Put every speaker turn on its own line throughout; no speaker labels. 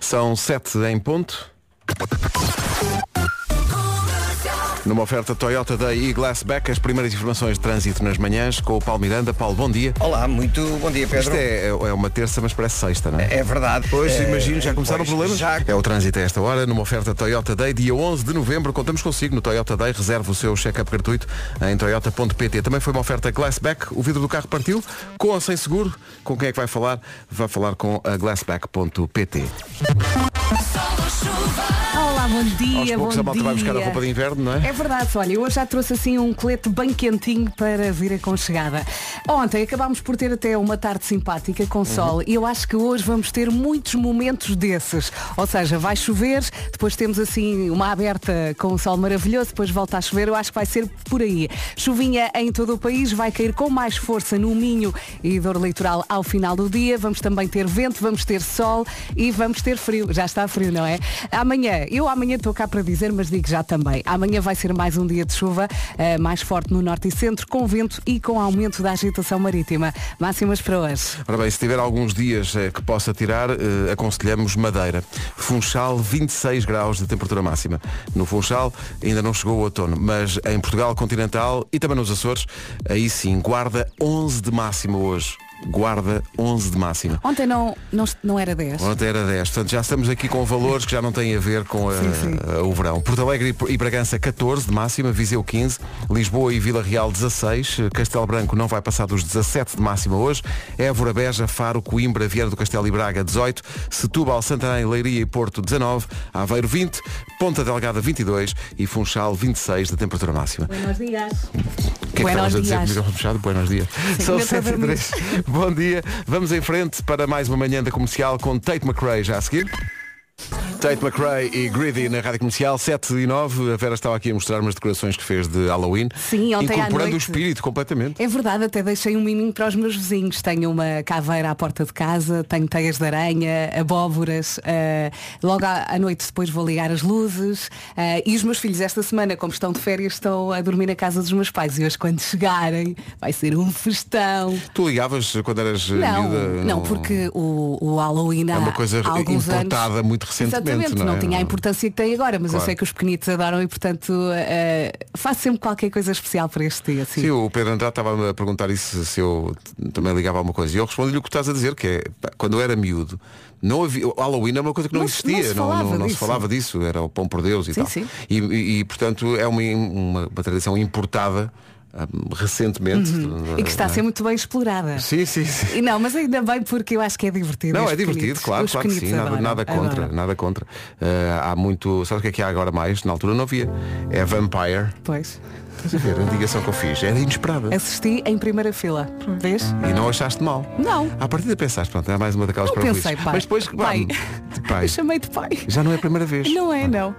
São sete em ponto. Numa oferta Toyota Day e Glassback, as primeiras informações de trânsito nas manhãs com o Paulo Miranda. Paulo, bom dia.
Olá, muito bom dia, Pedro.
Isto é, é uma terça, mas parece sexta, não é?
É verdade.
Pois,
É,
imagino, já começaram
pois,
problemas?
Já.
É o trânsito a esta hora, numa oferta Toyota Day, dia 11 de novembro. Contamos consigo no Toyota Day. Reserve o seu check-up gratuito em toyota.pt. Também foi uma oferta Glassback. O vidro do carro partiu, com ou sem seguro. Com quem é que vai falar? Vai falar com a glassback.pt.
Olá, bom
Aos
dia,
poucos
bom
a malta
dia.
vai buscar a roupa de inverno, não é?
É verdade, olha, eu hoje já trouxe assim um colete bem quentinho para vir aconchegada. Ontem acabámos por ter até uma tarde simpática
Uhum.
com sol e eu acho que hoje vamos ter muitos momentos desses. Ou seja, vai chover, depois temos assim uma aberta com um sol maravilhoso, depois volta a chover, eu acho que vai ser por aí. Chuvinha em todo o país, vai cair com mais força no Minho e dor litoral ao final do dia. Vamos também ter vento, vamos ter sol e vamos ter frio. Já está frio, não é? Amanhã, eu amanhã estou cá para dizer, mas digo já também. Amanhã vai ser mais um dia de chuva, eh, mais forte no norte e centro, com vento e com aumento da agitação marítima. Máximas para hoje.
Ora bem, se tiver alguns dias eh, que possa tirar, eh, aconselhamos Madeira. Funchal, 26 graus de temperatura máxima. No Funchal ainda não chegou o outono, mas em Portugal continental e também nos Açores, aí sim, guarda 11 de máxima hoje. Guarda 11 de máxima.
Ontem não, não, não era 10.
Ontem era 10, portanto já estamos aqui com valores que já não têm a ver com a-
Sim, sim.
a- o verão. Porto Alegre e- e Bragança 14 de máxima, Viseu 15, Lisboa e Vila Real 16, eh, Castelo Branco não vai passar dos 17 de máxima hoje, Évora, Beja, Faro, Coimbra, Vieira do Castelo e Braga 18, Setúbal, Santarém, Leiria e Porto 19, Aveiro 20, Ponta Delgada 22 e Funchal 26 de temperatura máxima.
Buenos dias.
O que é que estavas a dizer com o
dias.
microfone fechado? Buenos dias. São
ainda estou a
7 e
dormir.
3. Bom dia. Vamos em frente para mais uma manhã da comercial com Tate McRae já a seguir. Tate McRae e Greedy na Rádio Comercial 7 e 9. A Vera estava aqui a mostrar umas decorações que fez de Halloween.
Sim, ontem à
Incorporando o
noite.
espírito completamente.
É verdade, até deixei um miminho para os meus vizinhos. Tenho uma caveira à porta de casa, tenho teias de aranha, abóboras. eh, logo à, à noite depois vou ligar as luzes. eh, e os meus filhos esta semana, como estão de férias, estão a dormir na casa dos meus pais. E hoje quando chegarem vai ser um festão.
Tu ligavas quando eras eh,
Não,
miúda?
não, porque o, o Halloween há,
É uma coisa
há alguns
importada
anos,
muito recentemente,
Exatamente,
não
não,
é?
tinha a
Não.
importância que tem agora, mas
Claro.
eu sei que os pequenitos adoram e portanto eh, faço sempre qualquer coisa especial para este dia. assim.
Sim, o Pedro Andrade estava a perguntar isso se eu t- também ligava a alguma coisa. E eu respondi-lhe o que estás a dizer, que é, pá, quando eu era miúdo, não havia, o Halloween é uma coisa que não,
Não se- não
existia,
se falava
não se
disso.
falava disso, era o pão por Deus e
Sim,
tal.
sim.
E, e- e, portanto é uma, uma, uma tradição importada hum, recentemente.
Uhum.
hum,
E que está
é.
a ser muito bem explorada.
Sim, sim, sim.
E não, mas ainda bem porque eu acho que é divertido.
Não,
Os
é divertido,
pequenitos-
claro,
os
claro que sim,
pequenitos
nada,
adoram,
nada contra,
adoram.
nada contra. Eh, há muito. Sabe o que é que há agora mais? Na altura não havia. É Vampire.
Pois.
Estás a ver? A ligação que eu fiz. Era inesperada.
Assisti em primeira fila. Vês?
E não achaste mal?
Não.
À partida pensaste, pronto, era mais uma daquelas
Não
para
pensei, pai.
Mas depois,
Pai.
pá, pai,
Eu chamei de pai.
já não é a primeira vez.
Não é, não.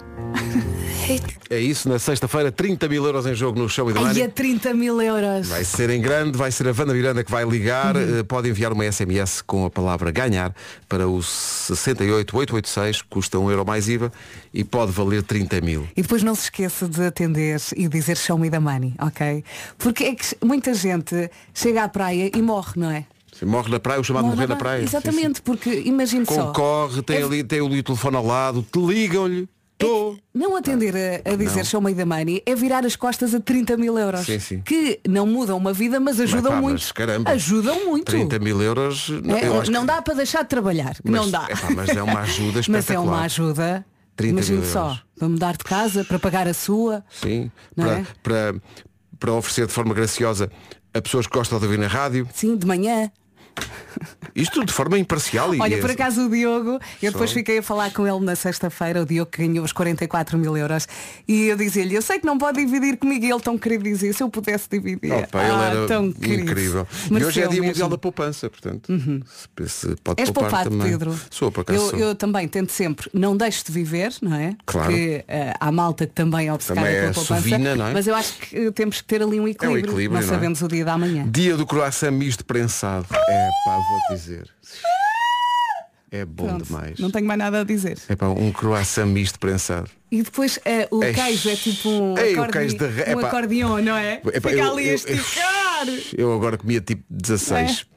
É isso, na sexta-feira, 30 mil euros em jogo no show e
Aí a
Money.
30 mil euros.
é Vai ser em grande, vai ser a Vanda Miranda que vai ligar.
Uhum.
Eh, Pode enviar uma SMS com a palavra ganhar para o 68886, custa um euro mais IVA e pode valer 30 mil.
E depois não se esqueça de atender e dizer show me the money, ok? Porque é que muita gente chega à praia e morre, não é?
Se Morre na praia, o chamado
Morre
morrer na praia.
Exatamente, porque imagino
Sim, sim.
só.
Concorre, tem,
É-
ali, tem ali o telefone ao lado, te ligam-lhe. Estou.
Não atender a, a dizer show me the money é virar as costas a 30 mil euros.
Sim, sim.
Que não mudam uma vida, mas
Mas,
ajudam
pá,
muito.
mas, caramba,
ajudam muito.
30 mil euros.
É,
eu acho
não
que-
dá para deixar de trabalhar.
Mas-
não dá.
epá, mas é uma ajuda
Mas é
espetacular.
uma ajuda.
30 mil
Imagino
euros.
só, para mudar de casa, para pagar a sua.
Sim,
Não
para,
é?
para, para oferecer de forma graciosa a pessoas que gostam de ouvir na rádio.
Sim, de manhã.
Isto de forma imparcial e
Olha, por
é-
acaso o Diogo, eu depois fiquei a falar com ele na sexta-feira, o Diogo que ganhou os 44 mil euros, e eu dizia-lhe, eu sei que não pode dividir comigo, e ele tão querido dizia, se eu pudesse dividir.
Opa, ele
Ah,
era
tão querido.
incrível. e
Mereceu
hoje é dia
mesmo. Uhum.
mundial da poupança, portanto. se- se pode
És
poupar
poupado,
também.
Pedro.
Sou, por acaso.
eu,
sou.
eu também tento sempre, não deixo de viver, não é?
Claro.
Porque eh, há malta que também é obcecada
Também é
pela poupança.
sovina, não é?
Mas eu acho que eh, temos que ter ali um equilíbrio.
equilíbrio,
não,
não é?
sabemos o dia da manhã.
Dia do croissant misto prensado. É pá, vou dizer. É bom
Pronto,
demais.
Não tenho mais nada a dizer.
É pá, um croissant misto prensado.
E depois eh, o
Ei,
queijo é tipo um,
ei, o
acordeon,
queijo de re-
um
epá.
acordeon, não é?
Epá,
Fica
eu-
ali
eu-
a esticar. é?
Eu agora comia tipo 16.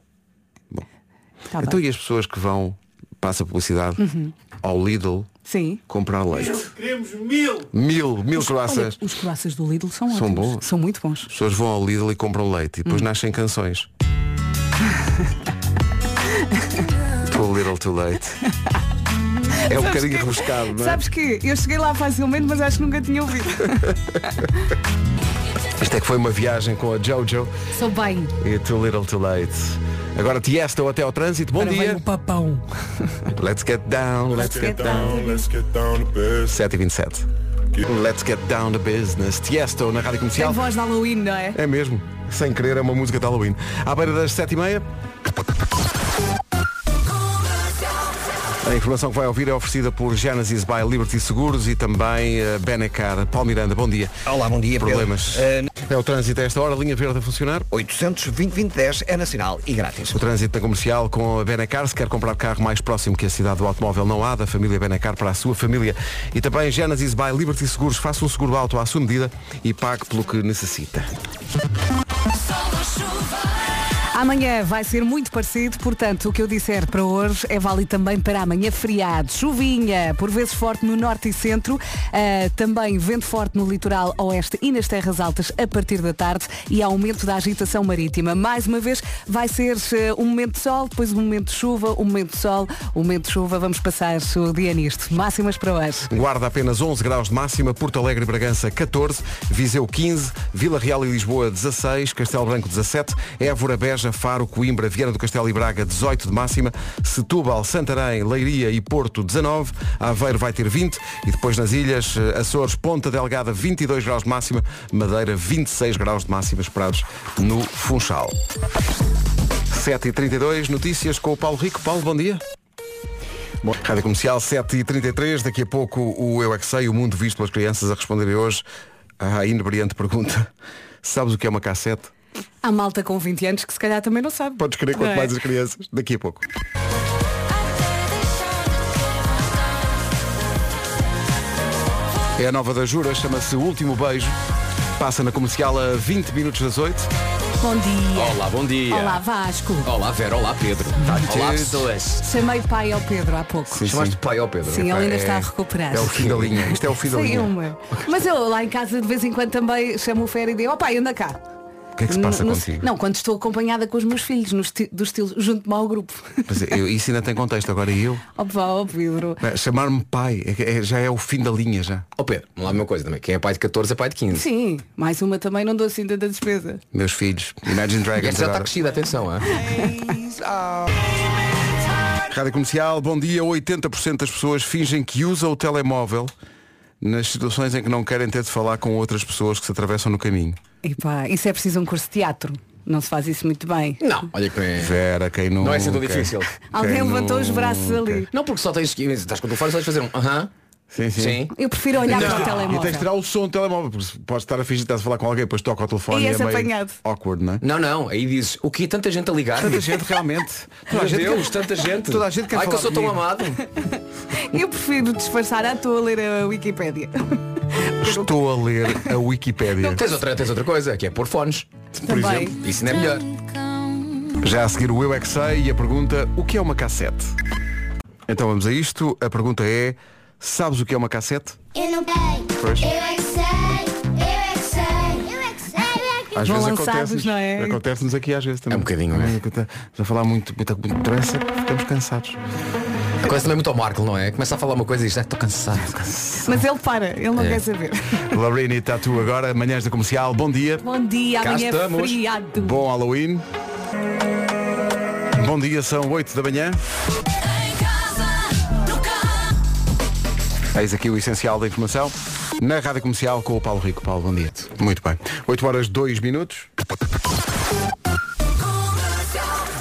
Tá
Então
bem.
e as pessoas que vão passa a publicidade, ao Lidl
Sim.
comprar leite.
Queremos mil!
Mil, mil
Olha,
croissants.
os croissants do Lidl são
São
ótimos.
bons.
São muito bons.
As pessoas vão ao Lidl e compram leite e depois nascem canções. Too little too late. É um bocadinho rebuscado, não é?
Sabes que eu cheguei lá facilmente, mas acho que nunca tinha ouvido.
Isto é que foi uma viagem com a Jojo
Sou bem.
e Too Little Too Late. Agora Tiesto até ao trânsito. Bom
Agora vem
dia.
o papão.
Let's get down, let's get
down, let's get down to business.
7h27. Let's get down to business. Tiesto na Rádio
Tem
Comercial.
voz de Halloween, não é?
É mesmo. Sem querer, é uma música de Halloween. À beira das 7h30. A informação que vai ouvir é oferecida por Genesis by Liberty Seguros e também eh, Benecar. Paulo Miranda, bom dia.
Olá, bom dia. Pedro.
Problemas.
Eh,
É o trânsito a esta hora, linha verde a funcionar.
820-2010 é nacional e grátis.
O trânsito na comercial com a Benacar. Se quer comprar carro mais próximo que a cidade do automóvel, não há da família Benacar para a sua família. E também Genesis by Liberty Seguros. Faça um seguro alto à sua medida e pague pelo que necessita.
Amanhã vai ser muito parecido, portanto, o que eu disser para hoje é válido também para amanhã feriado. Chuvinha, por vezes forte no norte e centro, ah, também vento forte no litoral oeste e nas terras altas a partir da tarde e aumento da agitação marítima. Mais uma vez, vai ser eh, um momento de sol, depois um momento de chuva, um momento de sol, um momento de chuva. Vamos passar o dia nisto. Máximas para hoje.
Guarda apenas 11 graus de máxima, Porto Alegre e Bragança 14, Viseu 15, Vila Real e Lisboa 16, Castelo Branco 17, Évora, Beja, Faro, Coimbra, Viana do Castelo e Braga 18 de máxima, Setúbal, Santarém, Leiria e Porto 19, Aveiro vai ter 20 e depois nas ilhas eh, Açores, Ponta Delgada 22 graus de máxima, Madeira 26 graus de máxima esperados no Funchal. 7h32, notícias com o Paulo Rico. Paulo, bom dia. Bom, Rádio Comercial 7h33, daqui a pouco o Eu É Que Sei, o mundo visto pelas crianças a responderem hoje à inebriante pergunta. Sabes o que é uma cassete?
Há malta com 20 anos que se calhar também não sabe.
Podes querer
Não
quanto
é?
mais as crianças. Daqui a pouco. É a nova da Jura, chama-se Último Beijo. Passa na comercial a 20 minutos das 8.
Bom dia.
Olá, bom dia.
Olá, Vasco.
Olá, Vera. Olá, Pedro. Olá, pessoas.
Chamei pai ao Pedro há pouco.
Chamaste pai ao Pedro.
Sim, ele ainda
É-
está a recuperar.
É o fim da linha. Isto é o fim da
Sei
linha.
uma. Mas eu lá em casa de vez em quando também chamo o Fer e digo, ó pai, anda cá.
O que é que se passa
No- no-
contigo?
Não, quando estou acompanhada com os meus filhos, no esti- do estilo junto-me ao grupo.
Mas é, eu- isso ainda tem contexto. Agora e eu?
Ó pá, ó Pedro.
Bem, Chamar-me pai é que- é- já é o fim da linha já.
Ó Oh, Pedro, vamos lá uma coisa também. Quem é pai de 14 é pai de 15.
Sim, mais uma também não dou assim tanta despesa.
Meus filhos, Imagine Dragons.
Este já está
agora.
crescido, atenção, hã?
Rádio Comercial, bom dia. 80% das pessoas fingem que usam o telemóvel nas situações em que não querem ter de falar com outras pessoas que se atravessam no caminho.
E pá, isso é preciso um curso de teatro. Não se faz isso muito bem.
Não, olha que não é.
Vera, quem não.
Não é assim tão difícil.
Alguém levantou os braços ali.
Não, porque só tens que. Estás com o telefone, só tens de fazer um. Aham.
Sim, sim.
Eu prefiro olhar
Não.
para o
Então, E tens de
telemóvel.
tirar o som do telemóvel, porque podes estar a fingir que estás a falar com alguém, depois toca o telefone
E
e,
és
é meio
apanhado.
awkward, não é?
Não, não. Aí dizes, o que tanta gente a ligar?
Tanta gente realmente. Toda a
Meu
gente
Deus,
quer-
tanta gente.
Toda a gente quer
Ai, que é eu
falar
sou tão
comigo.
amado.
Eu prefiro disfarçar à toa a ler a Wikipédia.
Estou a ler a Wikipédia.
tens, outra, tens outra coisa, que é pôr fones.
Por
Também.
exemplo.
Isso não é melhor.
Já a seguir o Eu é que sei e a pergunta o que é uma cassete? Então vamos a isto, a pergunta é, sabes o que é uma cassete?
Eu não sei.
Pois.
Eu é que sei. Eu é que sei. Eu é que sei. Eu é que
Às
Vão
vezes
lançados,
acontece.
não é?
Acontece-nos aqui às vezes também.
É um bocadinho, não é?
Já falar muito, muita muito trança, ficamos cansados.
Acontece também muito ao Marco, não é? Começa a falar uma coisa e diz, estou cansado.
Mas ele para, ele não
É.
quer saber.
Larini Tatu tá agora, manhãs da comercial, bom dia,
Bom dia,
Cá
amanhã é
estamos.
feriado.
bom Halloween. Bom dia, são 8 da manhã. Eis aqui o essencial da informação na Rádio Comercial com o Paulo Rico. Paulo, bom dia. Muito bem. 8 horas 2 minutos.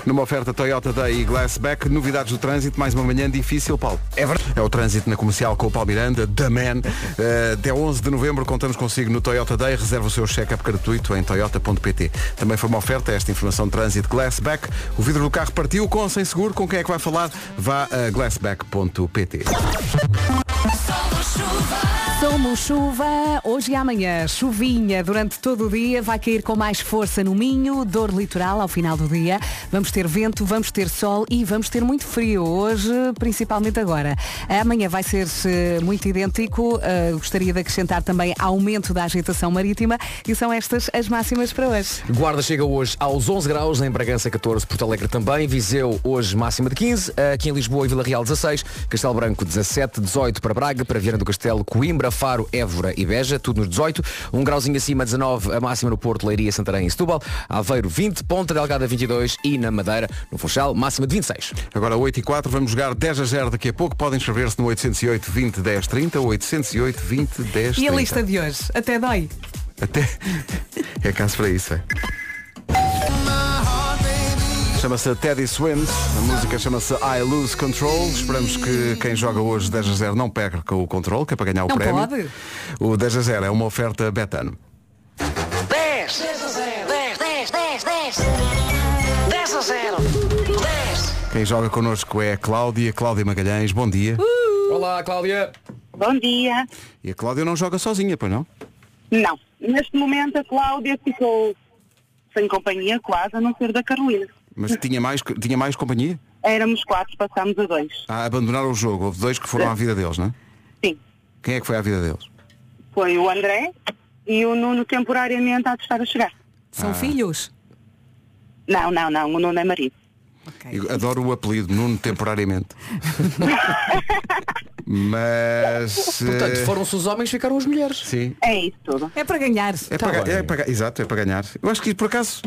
Numa oferta Toyota Day e Glassback, novidades do trânsito, mais uma manhã difícil, Paulo. É verdade. É o trânsito na comercial com o Paulo Miranda, da Man. Eh, até 11 de novembro contamos consigo no Toyota Day. Reserva o seu check-up gratuito em toyota.pt. Também foi uma oferta esta informação de trânsito Glassback. O vidro do carro partiu com ou sem seguro. Com quem é que vai falar? Vá a glassback.pt.
Somos chuva, hoje e amanhã, chuvinha durante todo o dia, vai cair com mais força no Minho, dor litoral ao final do dia. Vamos ter vento, vamos ter sol e vamos ter muito frio hoje, principalmente agora. Amanhã vai ser eh, muito idêntico, eh, gostaria de acrescentar também aumento da agitação marítima e são estas as máximas para hoje.
Guarda chega hoje aos 11 graus, em Bragança 14, Porto Alegre também, Viseu hoje máxima de 15, aqui em Lisboa e Vila Real 16, Castelo Branco 17, 18 para Braga, para Viana do Castelo, Coimbra, Faro, Évora e Beja, tudo nos 18, um grauzinho acima 19, a máxima no Porto, Leiria, Santarém e Setúbal, Aveiro 20, Ponta Delgada 22 e na Madeira, no Funchal, máxima de 26.
Agora 8 e 4, vamos jogar 10 a 0 daqui a pouco. Podem inscrever-se no 808 20 10 30, 808 20 10 30.
E a lista de hoje? Até dói.
Até... É caso para isso, é. Chama-se Teddy Swims, a música chama-se I Lose Control. Esperamos que quem joga hoje 10 a 0 não perca com o controle, que é para ganhar o
Não
prémio.
pode.
O 10 a 0 é uma oferta Betano.
10 10 10 10 10 10 a 0 10
Quem joga connosco é a Cláudia, Cláudia Magalhães, bom dia.
Olá, Cláudia.
Bom dia.
E a Cláudia não joga sozinha, pois não?
Não, neste momento a Cláudia ficou sem companhia quase, a não ser da Carolina.
Mas tinha mais, tinha mais companhia?
Éramos quatro, passámos a dois.
Ah, abandonaram o jogo. Houve dois que foram à vida deles, não é?
Sim,
Quem é que foi à vida deles?
foi o André e o Nuno temporariamente há de estar a chegar.
São
Ah.
filhos?
Não, não, não, o Nuno é marido.
Eu Adoro o apelido, Nuno, temporariamente. Mas.
Portanto,
eh,
foram-se os homens, ficaram as mulheres.
Sim.
É isso tudo.
É para ganhar.
É
Tá
para,
bom.
ga- é para ga- exato, é para ganhar. Eu acho que isto, por acaso,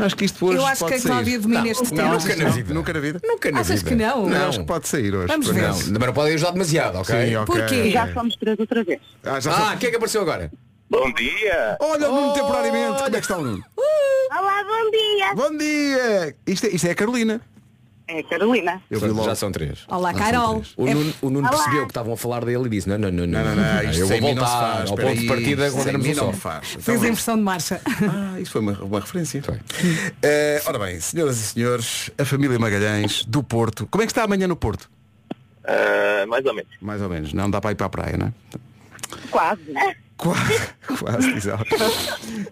acho que isto hoje
Eu acho
pode
que a
sair.
Cláudia domina este tema.
nunca na vida.
Nunca na vida.
Nunca na
Achas
vida.
que não?
Não,
Não.
acho que pode sair hoje.
Vamos
por
ver.
acaso.
Não, também não podem ajudar demasiado, ok?
Sim, ok.
Porquê?
É.
Já somos três outra vez.
Ah, já
Ah,
sou-
quem é que apareceu agora?
Bom
Ah,
dia!
Olha o Nuno temporariamente. Como é que está o Nuno?
Olá, bom dia.
Bom dia! Isto é, isto é a Carolina.
É a Carolina.
Eu vi
Portanto,
logo.
Já são três.
Olá,
Já Ah, são
Carol.
três. O
É-
Nuno, o Nuno percebeu que estavam a falar dele e disse, não, não, não, não,
Não, não, não, isto
Ah, eu vou
sem mim não se
voltar
faz.
ao ponto
Espera
de
aí,
partida
sem
quando éramos
mim
um só.
não faz. Então
Fez a
vamos-
impressão de marcha.
Ah, isso foi uma, uma referência. Eh, ora bem, senhoras e senhores, a família Magalhães do Porto. Como é que está amanhã no Porto?
Ah, mais ou menos.
Mais ou menos. Não dá para ir para a praia, não é?
Quase.
Quase, quase, exato.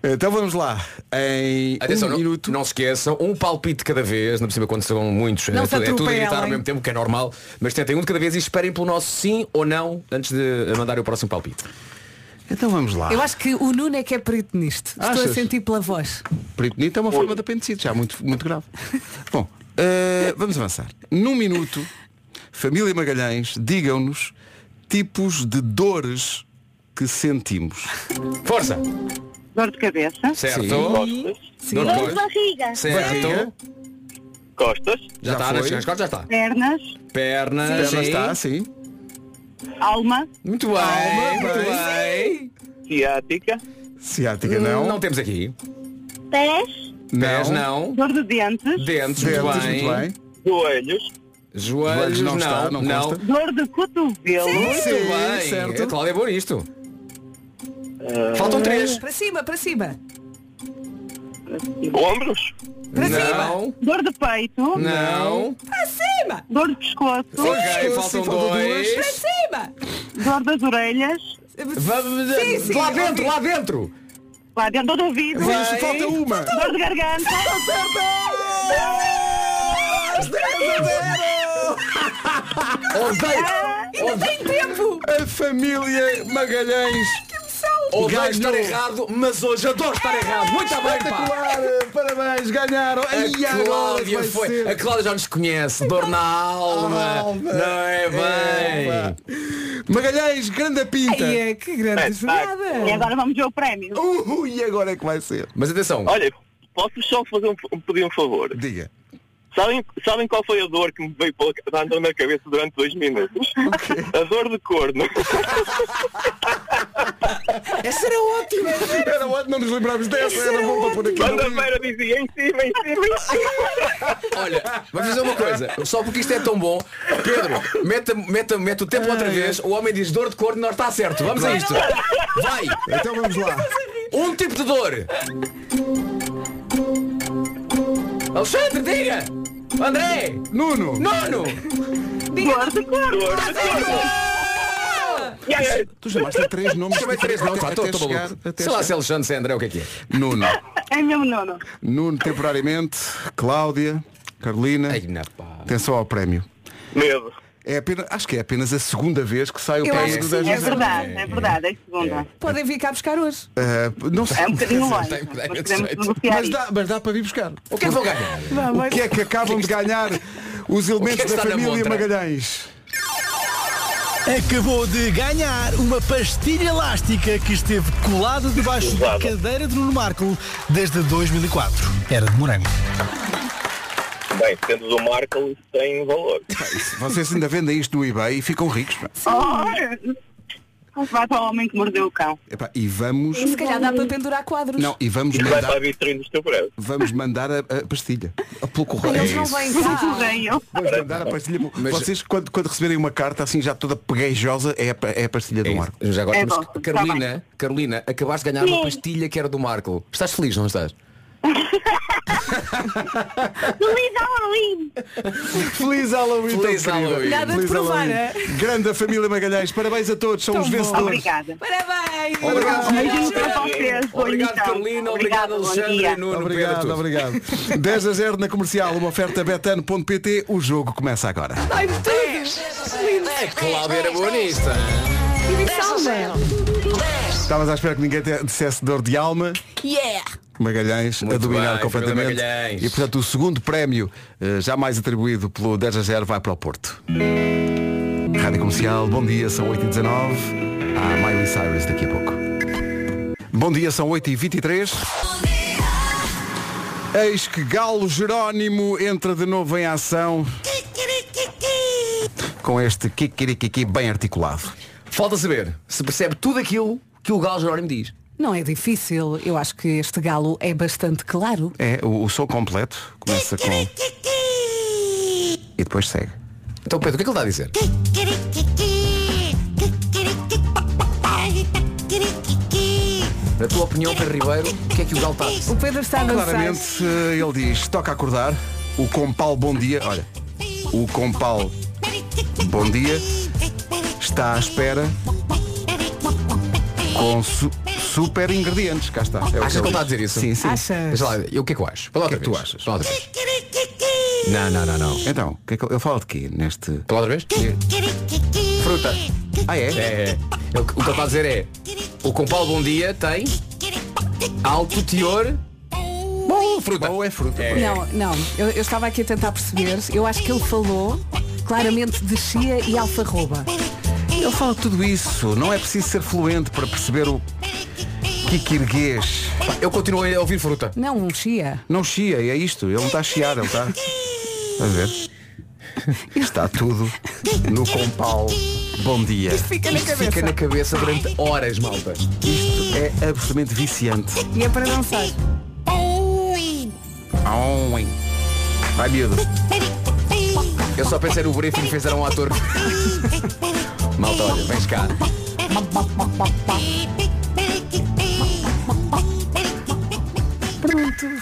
Então vamos lá. Em
Atenção,
um
não,
minuto.
não se esqueçam, um palpite de cada vez, não perceba quando são muitos,
Não
é,
se
tudo, é tudo a gritar ao
atropelem.
mesmo tempo, que é normal, mas tentem um de cada vez e esperem pelo nosso sim ou não antes de mandar o próximo palpite.
Então vamos lá.
Eu acho que o Nuno é que é perito nisto. Estou
Achas?
a sentir pela voz.
Peritonite é uma forma de apendicite, já muito, muito grave. Bom, eh, vamos avançar. Num minuto, família Magalhães, digam-nos tipos de dores que sentimos.
Força!
Dor de cabeça.
Certo.
Sim.
Sim.
Dor de
Dor
costas.
de barriga.
É, Certo.
Costas,
Já
Já, está,
foi.
nas nas costas já está.
Pernas.
Pernas.
Ela
sim.
está, sim.
Alma.
Muito bem.
Calma,
muito bem.
ciática,
Ciática
Não.
não.
não temos aqui.
Pés.
Pés não.
Dor de dentes.
Dentes,
Dentes, muito, bem.
muito bem.
joelhos,
Joelhos,
Joelhos não
não,
está, não
não.
consta.
Dor de cotovelo.
Muito
Sim,
bem.
certo.
A Cláudia é boa nisto.
Ah.
Faltam três.
Para cima, para cima.
ombros,
Para
Não,
Dor de peito.
não.
Para cima!
Dor de pescoço.
Ok,
Pescoço,
faltam
sim, faltam
Para
dois.
cima!
Dor das orelhas.
Vamos eh,
Sim, sim,
lá
eu
dentro,
vi.
lá dentro.
Lá dentro do ouvido.
Mas Falta uma.
Dor de garganta.
Odeio. Odeio.
Tempo!
A família Magalhães.
Odeio estar
Ganhou.
errado, mas hoje adoro estar errado. Muito bem, pá.
Espetacular. Parabéns, ganharam. E
A
agora que
Cláudia,
vai
foi.
ser?
a Cláudia já nos conhece, dor na alma.
Alma.
Não é bem?
Epá. Magalhães, grande a pinta.
é.
Ai, é que grande jogada!
E agora vamos ver o prémio.
Uh, e agora é que vai ser?
Mas atenção,
olha, posso só fazer um, um- pedir um favor?
Diga.
Sabem, sabem qual foi a dor que me veio pela- andando na cabeça durante dois minutos? A dor de corno.
essa era ótima.
Era ótimo, não nos lembrarmos dessa. Era bom para pôr aqui.
Quando a
no livro.
Vera dizia em cima, em cima, em cima.
Olha, vamos dizer uma coisa, só porque isto é tão bom, Pedro, mete, mete, mete o tempo outra vez, o homem diz dor de corno, nós está certo, vamos a isto. Vai,
Então vamos lá.
um tipo de dor. Alexandre, diga! André!
Nuno.
Nono!
Dor de corno.
Dor de corno. Yes.
Tu chamaste três nomes.
Chamei três nomes, pá,
até,
estou
até
estou
chegar,
maluco.
até
Sei lá se é
chegar.
Alexandre, se é André, o que é que é?
Nuno.
É mesmo nono.
Nuno temporariamente, Cláudia, Carolina.
Ai, na pá.
Atenção ao prémio.
Medo.
É apenas, acho que é apenas a segunda vez que sai o
Eu
prémio
acho
do
que sim,
É
10 anos.
verdade, é verdade, é segunda.
Podem vir cá buscar hoje.
Ah, Não sei.
É um bocadinho longe,
Tem- tem-
mas podemos
tem-
negociar
Mas
isto.
dá, mas dá para vir buscar.
O que é que vou ganhar?
O que é que acabam de ganhar os elementos
é está
da
na
família
montra?
Magalhães?
Acabou de ganhar uma pastilha elástica que esteve colada debaixo da cadeira de Nuno Marco desde 2004. Era de morango.
Bem, sendo do Marco, isso tem valor.
Vocês ainda vendem isto no eBay e ficam ricos. pá.
Oh, vai para o homem que mordeu o cão.
Epá, e vamos.
Se calhar dá para pendurar quadros.
Não, e vamos
Vai para a
mandar,
vitrine do teu prédio.
vamos mandar a, a pastilha. Pelo correio.
Eles não vêm
Ah.
Não
cá.
correio.
Vamos mandar a pastilha.
Mas-
Vocês, quando, quando receberem uma carta assim já toda peguejosa, é a, pa- é a pastilha do Marco.
Já agora
É
temos-
bom, tá
Carolina, Carolina, acabaste de ganhar uma
Sim.
pastilha que era do Marco. Estás feliz, não estás?
Feliz Halloween!
Feliz Halloween,
Feliz
tão querida.
Halloween.
Nada de
Feliz
provar,
Halloween.
é?
Grande a família Magalhães. Parabéns a todos, são os vencedores.
Obrigada. Um
Parabéns!
Obrigado.
Beijinho para vocês. boa
Obrigado,
emissão.
Carolina, obrigado,
Obrigada, então. bom
Alexandre
dia.
e Nuno. Pedro,
Obrigado,
tudo.
obrigado. 10 a 0 na comercial, uma oferta betano.pt. O jogo começa agora.
Ai, tudo! Lindo.
A Cláudia era boa nisto.
Que salva!
Estavas à espera que ninguém te- dissesse dor de alma.
Yeah!
Magalhães a
Muito
dominar
bem,
completamente.
Fernando Magalhães.
E portanto o segundo prémio, eh, jamais atribuído pelo 10 a 0, vai para o Porto. Rádio Comercial, bom dia, são 8h19. Há Miley Cyrus daqui a pouco. Bom dia, são 8h23. Eis que Galo Jerónimo entra de novo em ação. Com este kikirikiki bem articulado.
Falta saber se percebe tudo aquilo que o Galo Jerónimo diz.
Não é difícil, eu acho que este galo é bastante claro.
É, o, o som completo começa com. E depois segue.
Então, Pedro, o que é que ele está a dizer? Na tua opinião, Pedro Ribeiro, o que é que o Galo está a dizer?
O Pedro está a dançar.
Claramente eh, ele diz, toca acordar, o compal bom dia, olha, o compal bom dia está à espera com su- super ingredientes, cá está. É o
Achas que ele
eu-
está a dizer isso?
Sim, sim.
Achas?
Mas lá, eu o que é que eu acho? Pela outra
O que é que
vez.
tu achas?
Pela outra vez. Não, não, não, não.
Então, o que é que ele ele fala de quê neste...
Pela outra vez? Fruta.
Ah, é?
É, é. O que o que ele está a dizer é o Compal Bom Dia tem alto teor. Bom, fruta.
Ou é fruta?
Não, não, eu, eu estava aqui a tentar perceber, eu acho que ele falou claramente de chia e alfarroba.
Ele fala tudo isso, não é preciso ser fluente para perceber o é kikirguês.
Pá, Eu continuo a ouvir fruta.
Não, um chia.
Não chia, é isto, ele não está a chiar, ele está... Estás a ver? Está tudo no compal bom dia.
Fica na
Isto fica na cabeça durante horas, malta.
Isto é absolutamente viciante.
E é para dançar.
Aoi. Vai, miúdo.
Eu só pensei no briefing que fizeram um ator. malta, olha, vens cá.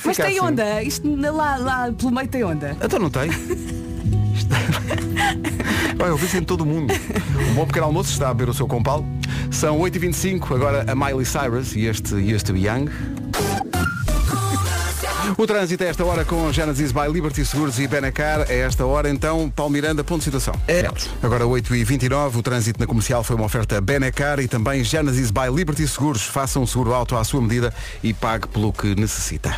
Mas tem
assim.
onda, isto na- lá, lá pelo meio tem onda.
Então não tem. Está- Olha, eu vi isso em todo o mundo. Um bom pequeno almoço está a beber o seu compal. São 8h25, agora a Miley Cyrus e este Used to Be Young. O trânsito a esta hora com Genesis by Liberty Seguros e Benacar. A esta hora, então, Paulo Miranda, ponto de situação.
É.
Agora 8h29, o trânsito na comercial foi uma oferta Benacar e também Genesis by Liberty Seguros. Faça um seguro auto à sua medida e pague pelo que necessita.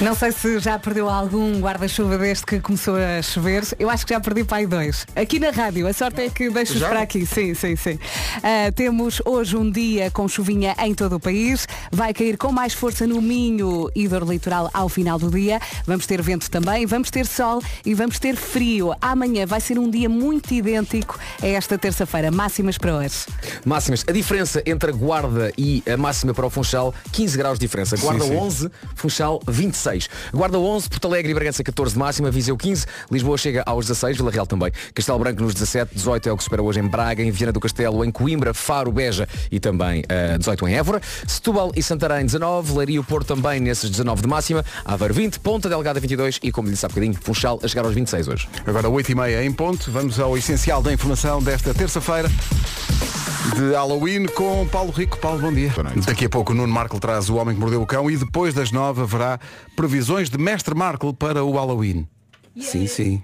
Não sei se já perdeu algum guarda-chuva desde que começou a chover. Eu acho que já perdi pai dois. Aqui na rádio, a sorte é que deixo-os para aqui. Sim, sim, sim. Ah, temos hoje um dia com chuvinha em todo o país. Vai cair com mais força no Minho e dor litoral ao final do dia. Vamos ter vento também, vamos ter sol e vamos ter frio. Amanhã vai ser um dia muito idêntico a esta terça-feira. Máximas para hoje.
Máximas. A diferença entre a guarda e a máxima para o Funchal, 15 graus de diferença. Guarda 11, Funchal 26. 16. Guarda 11, Porto Alegre e Bragança 14 de máxima, Viseu 15, Lisboa chega aos 16, Vila Real também. Castelo Branco nos 17, 18 é o que supera hoje em Braga, em Viana do Castelo, em Coimbra, Faro, Beja e também eh, 18 em Évora. Setúbal e Santarém 19, Leiria e o Porto também nesses 19 de máxima, Aveiro 20, Ponta Delgada 22 e, como lhe disse há bocadinho, Funchal a chegar aos 26 hoje.
Agora 8h30 em ponto, vamos ao essencial da informação desta terça-feira de Halloween com Paulo Rico. Paulo, bom dia. Daqui a pouco o Nuno Marco traz o Homem que Mordeu o Cão e depois das 9 haverá previsões de Mestre Marco para o Halloween. Sim, sim.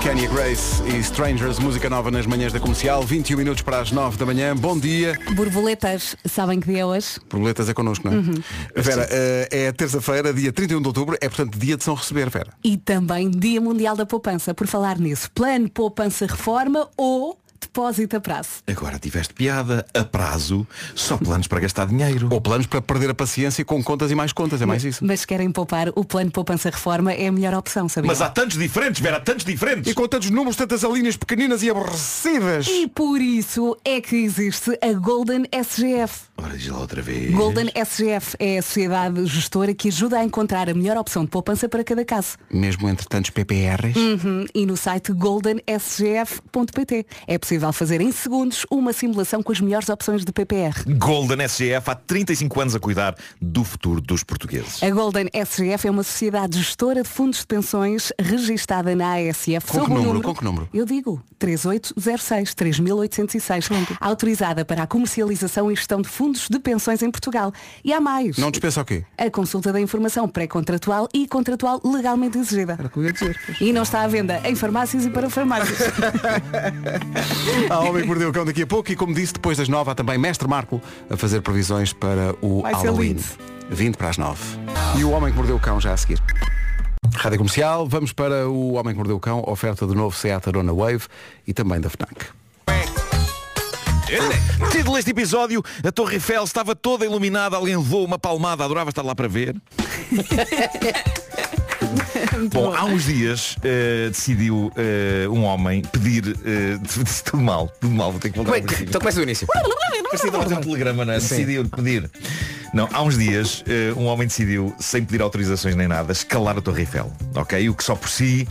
Kenya Grace e Strangers, música nova nas manhãs da comercial, 21 minutos para as 9 da manhã. Bom dia.
Borboletas, sabem que dia é hoje?
Borboletas é connosco, não é? Vera, eh, é terça-feira, dia 31 de outubro, é portanto dia de São Receber, Vera.
E também Dia Mundial da Poupança. Por falar nisso, plano poupança reforma ou depósito a prazo?
Agora tiveste piada, a prazo, só planos para gastar dinheiro.
Ou planos para perder a paciência com contas e mais contas, é mais isso.
Mas se querem poupar, o plano poupança reforma é a melhor opção, sabia?
Mas há tantos diferentes, Vera, há tantos diferentes.
E com tantos números, tantas linhas pequeninas e aborrecidas.
E por isso é que existe a Golden SGF.
Ora, diz lá outra vez.
Golden SGF é a sociedade gestora que ajuda a encontrar a melhor opção de poupança para cada caso.
Mesmo entre tantos PPRs.
Uhum, E no site goldensgf.pt é possível fazer em segundos uma simulação com as melhores opções de PPR.
Golden SGF há 35 anos a cuidar do futuro dos portugueses.
A Golden SGF é uma sociedade gestora de fundos de pensões registada na ASF.
Com que
sob o
número? Com que número?
Eu digo 3806, 3806. Autorizada para a comercialização e gestão de fundos de pensões em Portugal. E há mais.
Não dispensa o quê?
A consulta da informação pré-contratual e contratual legalmente exigida. E não está à venda em farmácias e para farmácias.
Há Ah, homem que mordeu o cão daqui a pouco e como disse, depois das nove há também Mestre Marco a fazer previsões para o
Vai ser
Halloween.
lindo.
20 para as nove. E o homem que mordeu o cão já a seguir. Rádio Comercial, vamos para o Homem que Mordeu o Cão, oferta do novo Seat Arona Wave e também da FNAC.
Título deste episódio, a Torre Eiffel estava toda iluminada, alguém levou uma palmada, adorava estar lá para ver. Bom, há uns dias eh, decidiu eh, um homem pedir eh, tudo mal, tudo mal, vou ter que voltar
Como é
ao
que-
princípio.
Então começa do início.
Parecia que estava a fazer um telegrama, não é? Decidiu pedir. Não, há uns dias eh, um homem decidiu, sem pedir autorizações nem nada, escalar a Torre Eiffel. Ok? O que é só por si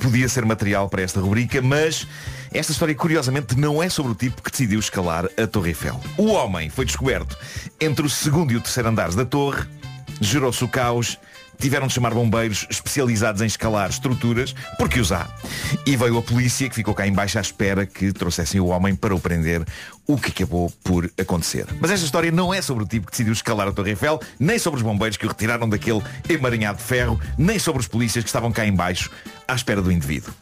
podia ser material para esta rubrica, mas esta história curiosamente não é sobre o tipo que decidiu escalar a Torre Eiffel. O homem foi descoberto entre o segundo e o terceiro andares da torre, gerou-se o caos, tiveram de chamar bombeiros especializados em escalar estruturas, porque os há. E veio a polícia que ficou cá em baixo à espera que trouxessem o homem para o prender, o que acabou por acontecer. Mas esta história não é sobre o tipo que decidiu escalar a Torre Eiffel, nem sobre os bombeiros que o retiraram daquele emaranhado de ferro, nem sobre os polícias que estavam cá em baixo à espera do indivíduo.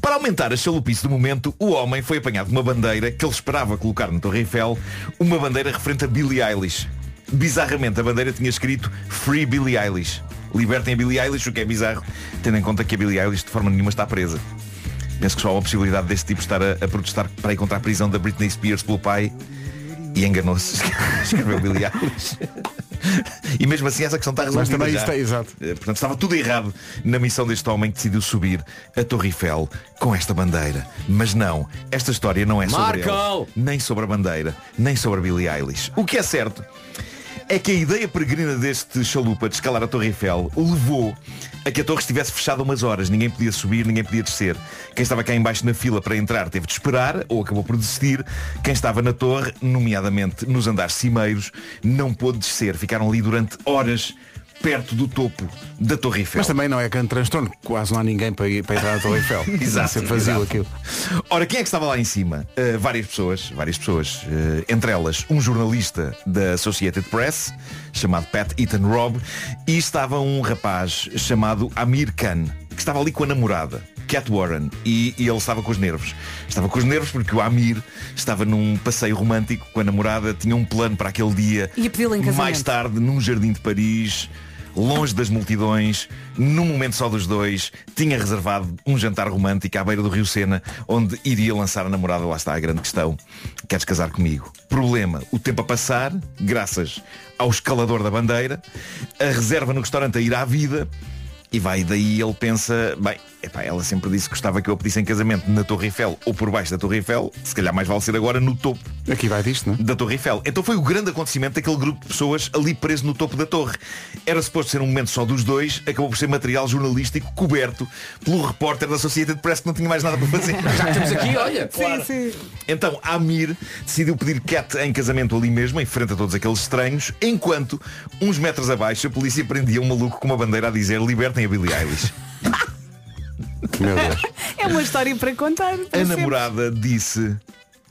Para aumentar a chalupice do momento, o homem foi apanhado de uma bandeira que ele esperava colocar na Torre Eiffel, uma bandeira referente a Billie Eilish. Bizarramente, a bandeira tinha escrito Free Billie Eilish. Libertem a Billie Eilish, o que é bizarro, tendo em conta que a Billie Eilish de forma nenhuma está presa. Penso que só há uma possibilidade deste tipo estar a, a protestar para ir contra a prisão da Britney Spears pelo pai e enganou-se, escreveu Billie Eilish. E mesmo assim essa questão está resolvida
Mas também
já.
isso está exato.
Eh, Portanto, estava tudo errado na missão deste homem que decidiu subir a Torre Eiffel com esta bandeira. Mas não, esta história não é sobre
Marco!
ele, nem sobre a bandeira, nem sobre a Billie Eilish. O que é certo é que a ideia peregrina deste chalupa de escalar a Torre Eiffel levou a que a torre estivesse fechada umas horas. Ninguém podia subir, ninguém podia descer. Quem estava cá embaixo na fila para entrar teve de esperar ou acabou por desistir. Quem estava na torre, nomeadamente nos andares cimeiros, não pôde descer. Ficaram ali durante horas perto do topo da Torre Eiffel.
Mas também não é grande transtorno, quase não há ninguém para, ir, para entrar na Torre Eiffel.
Exato,
Sempre vazio
exato.
aquilo.
Ora, quem é que estava lá em cima? Uh, várias pessoas, várias pessoas. Uh, entre elas, um jornalista da Associated Press, chamado Pat Eaton Robb, e estava um rapaz chamado Amir Khan, que estava ali com a namorada. Cat Warren e, e ele estava com os nervos. Estava com os nervos porque o Amir estava num passeio romântico com a namorada, tinha um plano para aquele dia.
Ia pedi-la em casamento.
Mais tarde, num jardim de Paris, longe das multidões, num momento só dos dois, tinha reservado um jantar romântico à beira do Rio Sena, onde iria lançar a namorada, lá está a grande questão. Queres casar comigo? Problema, o tempo a passar, graças ao escalador da bandeira, a reserva no restaurante a ir à vida, E vai daí ele pensa, bem, epá, ela sempre disse que gostava que eu a pedisse em casamento na Torre Eiffel ou por baixo da Torre Eiffel, se calhar mais vale ser agora no topo.
Aqui vai disto, não é?
Da Torre Eiffel. Então foi o grande acontecimento daquele grupo de pessoas ali preso no topo da torre. Era suposto ser um momento só dos dois, acabou por ser material jornalístico coberto pelo repórter da Sociedade Press que não tinha mais nada para fazer.
Já que estamos aqui, olha,
Sim,
claro.
sim. Então Amir decidiu pedir Cat em casamento ali mesmo, em frente a todos aqueles estranhos, enquanto, uns metros abaixo, a polícia prendia um maluco com uma bandeira a dizer libertem a Billie Eilish.
Meu Deus.
É uma história para contar. para
A
sempre.
namorada disse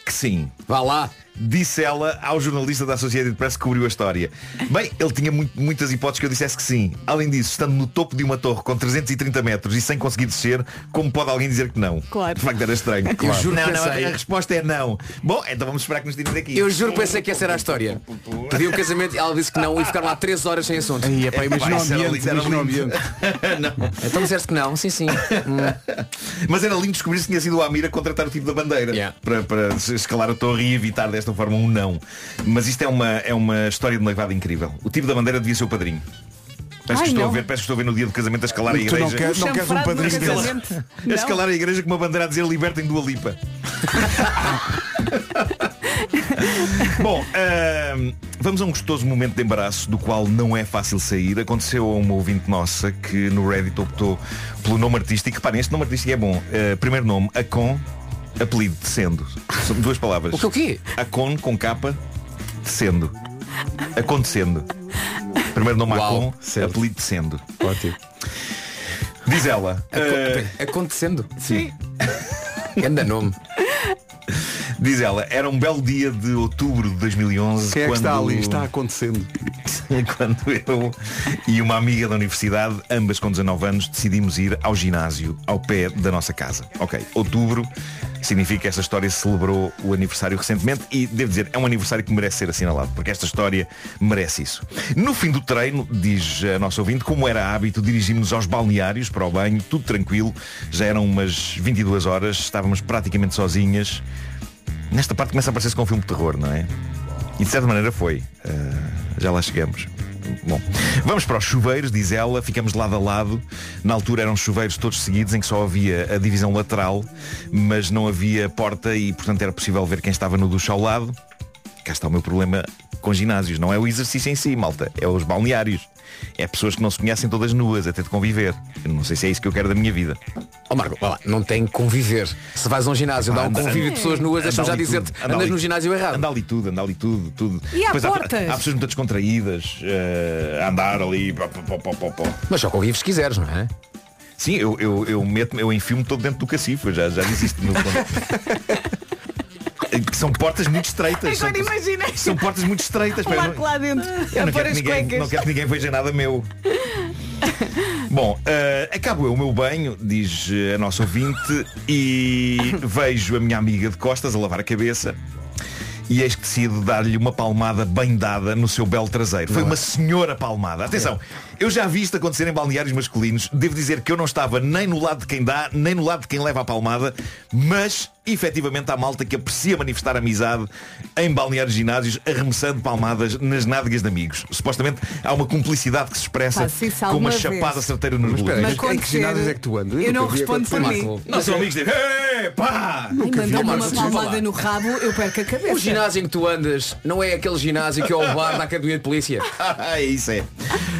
que sim.
Vá lá.
Disse ela ao jornalista da Associated Press que cobriu a história. Bem, ele tinha mu- muitas hipóteses que eu dissesse que sim. Além disso, estando no topo de uma torre com 330 metros e sem conseguir descer, como pode alguém dizer que não?
Claro.
De facto era estranho.
Eu juro
não,
que
não,
pensei.
a resposta é não. Bom, então vamos esperar que nos tirem daqui.
Eu juro que pensei que essa era a história. Pediu o casamento e ela disse que não e ficaram lá 3 horas sem assunto.
Aí,
pá, imagina é o ambiente, imagina o
Então disseste que não, sim, sim. Hum,
Mas era lindo descobrir se tinha sido o Amir a contratar o tipo da bandeira para, para se escalar a torre e evitar desta forma um não. Mas isto é uma, é uma história de noivado incrível. O tipo da bandeira devia ser o padrinho. Peço
Ai,
que estou
não.
a ver, peço que estou a ver no dia do casamento a escalar a
Tu não
igreja.
queres- não queres um Chanfrado no padrinho desse? casamento?
A
Não.
É escalar a igreja com uma bandeira a dizer libertem do Alipa. Bom, ahm, vamos a um gostoso momento de embaraço do qual não é fácil sair. Aconteceu a uma ouvinte nossa que no Reddit optou pelo nome artístico. Reparem, este nome artístico é bom. Ah, primeiro nome, Acon, apelido, descendo. São duas palavras.
O que, o quê?
Acon com capa, descendo. Acontecendo. Primeiro nome Acon, apelido descendo. Ótimo. Diz ela. ah,
Acontecendo. Sim. Anda nome.
Diz ela, era um belo dia de outubro de 2011
Quem é que
quando...
está ali? Está acontecendo.
quando eu e uma amiga da universidade, ambas com 19 anos, decidimos ir ao ginásio, ao pé da nossa casa. Ok, outubro significa que esta história celebrou o aniversário recentemente e, devo dizer, é um aniversário que merece ser assinalado, porque esta história merece isso. No fim do treino, diz a nossa ouvinte, como era hábito, dirigimos-nos aos balneários para o banho, tudo tranquilo, já eram umas 22 horas, estávamos praticamente sozinhas. Nesta parte começa a parecer-se com um filme de terror, não é? E de certa maneira foi. Ah, já lá chegamos. Bom, vamos para os chuveiros, diz ela, ficamos lado a lado. Na altura eram chuveiros todos seguidos em que só havia a divisão lateral, mas não havia porta e, portanto, era possível ver quem estava no ducho ao lado. Cá está o meu problema com ginásios. Não é o exercício em si, malta. É os balneários. É pessoas que não se conhecem todas nuas, até de conviver. Eu não sei se é isso que eu quero da minha vida.
Ó Marco, vá lá, não tem que conviver. Se vais a um ginásio, dá um
Anda-
convívio de pessoas nuas, deixa-me já
anda ali
dizer-te,
tudo, anda
andas
ali
no
tudo.
ginásio errado.
Anda ali tudo, anda ali tudo, tudo.
E há
Depois
portas?
Há, pessoas muito descontraídas eh, a andar ali. pá, pá, pá, pá, pá, pá.
Mas só convives se quiseres, não é?
Sim, eu, eu, eu meto eu enfio-me todo dentro do cacifo, eu já, já disse isto no Que São portas muito estreitas.
Agora
são,
imaginei.
são portas muito estreitas.
O
pá, eu
Marco
não-
lá dentro.
eu
a
não
pôr
quero,
as
que ninguém,
cuecas.
não quero que ninguém veja nada meu. Bom, eh, acabo eu o meu banho, diz eh, a nossa ouvinte, e vejo a minha amiga de costas a lavar a cabeça. E eis que decido dar-lhe uma palmada bem dada no seu belo traseiro. Foi uma senhora
É.
palmada. Atenção, eu já vi isto acontecer em balneários masculinos. Devo dizer que eu não estava nem no lado de quem dá, nem no lado de quem leva a palmada, mas efetivamente há malta que aprecia manifestar amizade em balneários ginásios, arremessando palmadas nas nádegas de amigos. Supostamente há uma cumplicidade que se expressa
Pá, se isso
com
alguma
uma
vez-
chapada certeira nos
espera aí,
glúteos.
mas em que ginásios é que tu andas?
Eu não respondo por mim.
Não, são amigos de... Ei, pá!
Ai, mandar
vi.
uma
Marcos, desculpa
palmada
lá.
no rabo, eu perco a cabeça.
O ginásio em que tu andas não é aquele ginásio que é o bar da Academia de Polícia.
Isso é.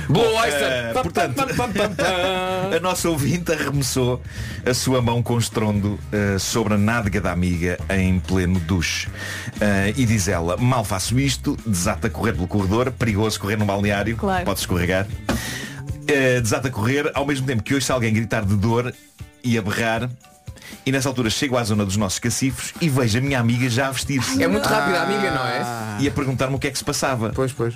Boa,
Bom,
Oyster.
eh,
Pam,
portanto,
pam, pam, pam, pam.
a nossa ouvinte arremessou a sua mão com estrondo eh, sobre a nádega da amiga em pleno duche. Eh, e diz ela, mal faço isto, desata a correr pelo corredor, perigoso correr num balneário,
Claro.
pode escorregar. Eh, desata a correr, ao mesmo tempo que ouço alguém gritar de dor e a berrar. E nessa altura chego à zona dos nossos cacifros e vejo a minha amiga já a vestir-se.
É muito rápida a amiga, não é?
E a perguntar-me o que é que se passava. Pois, pois.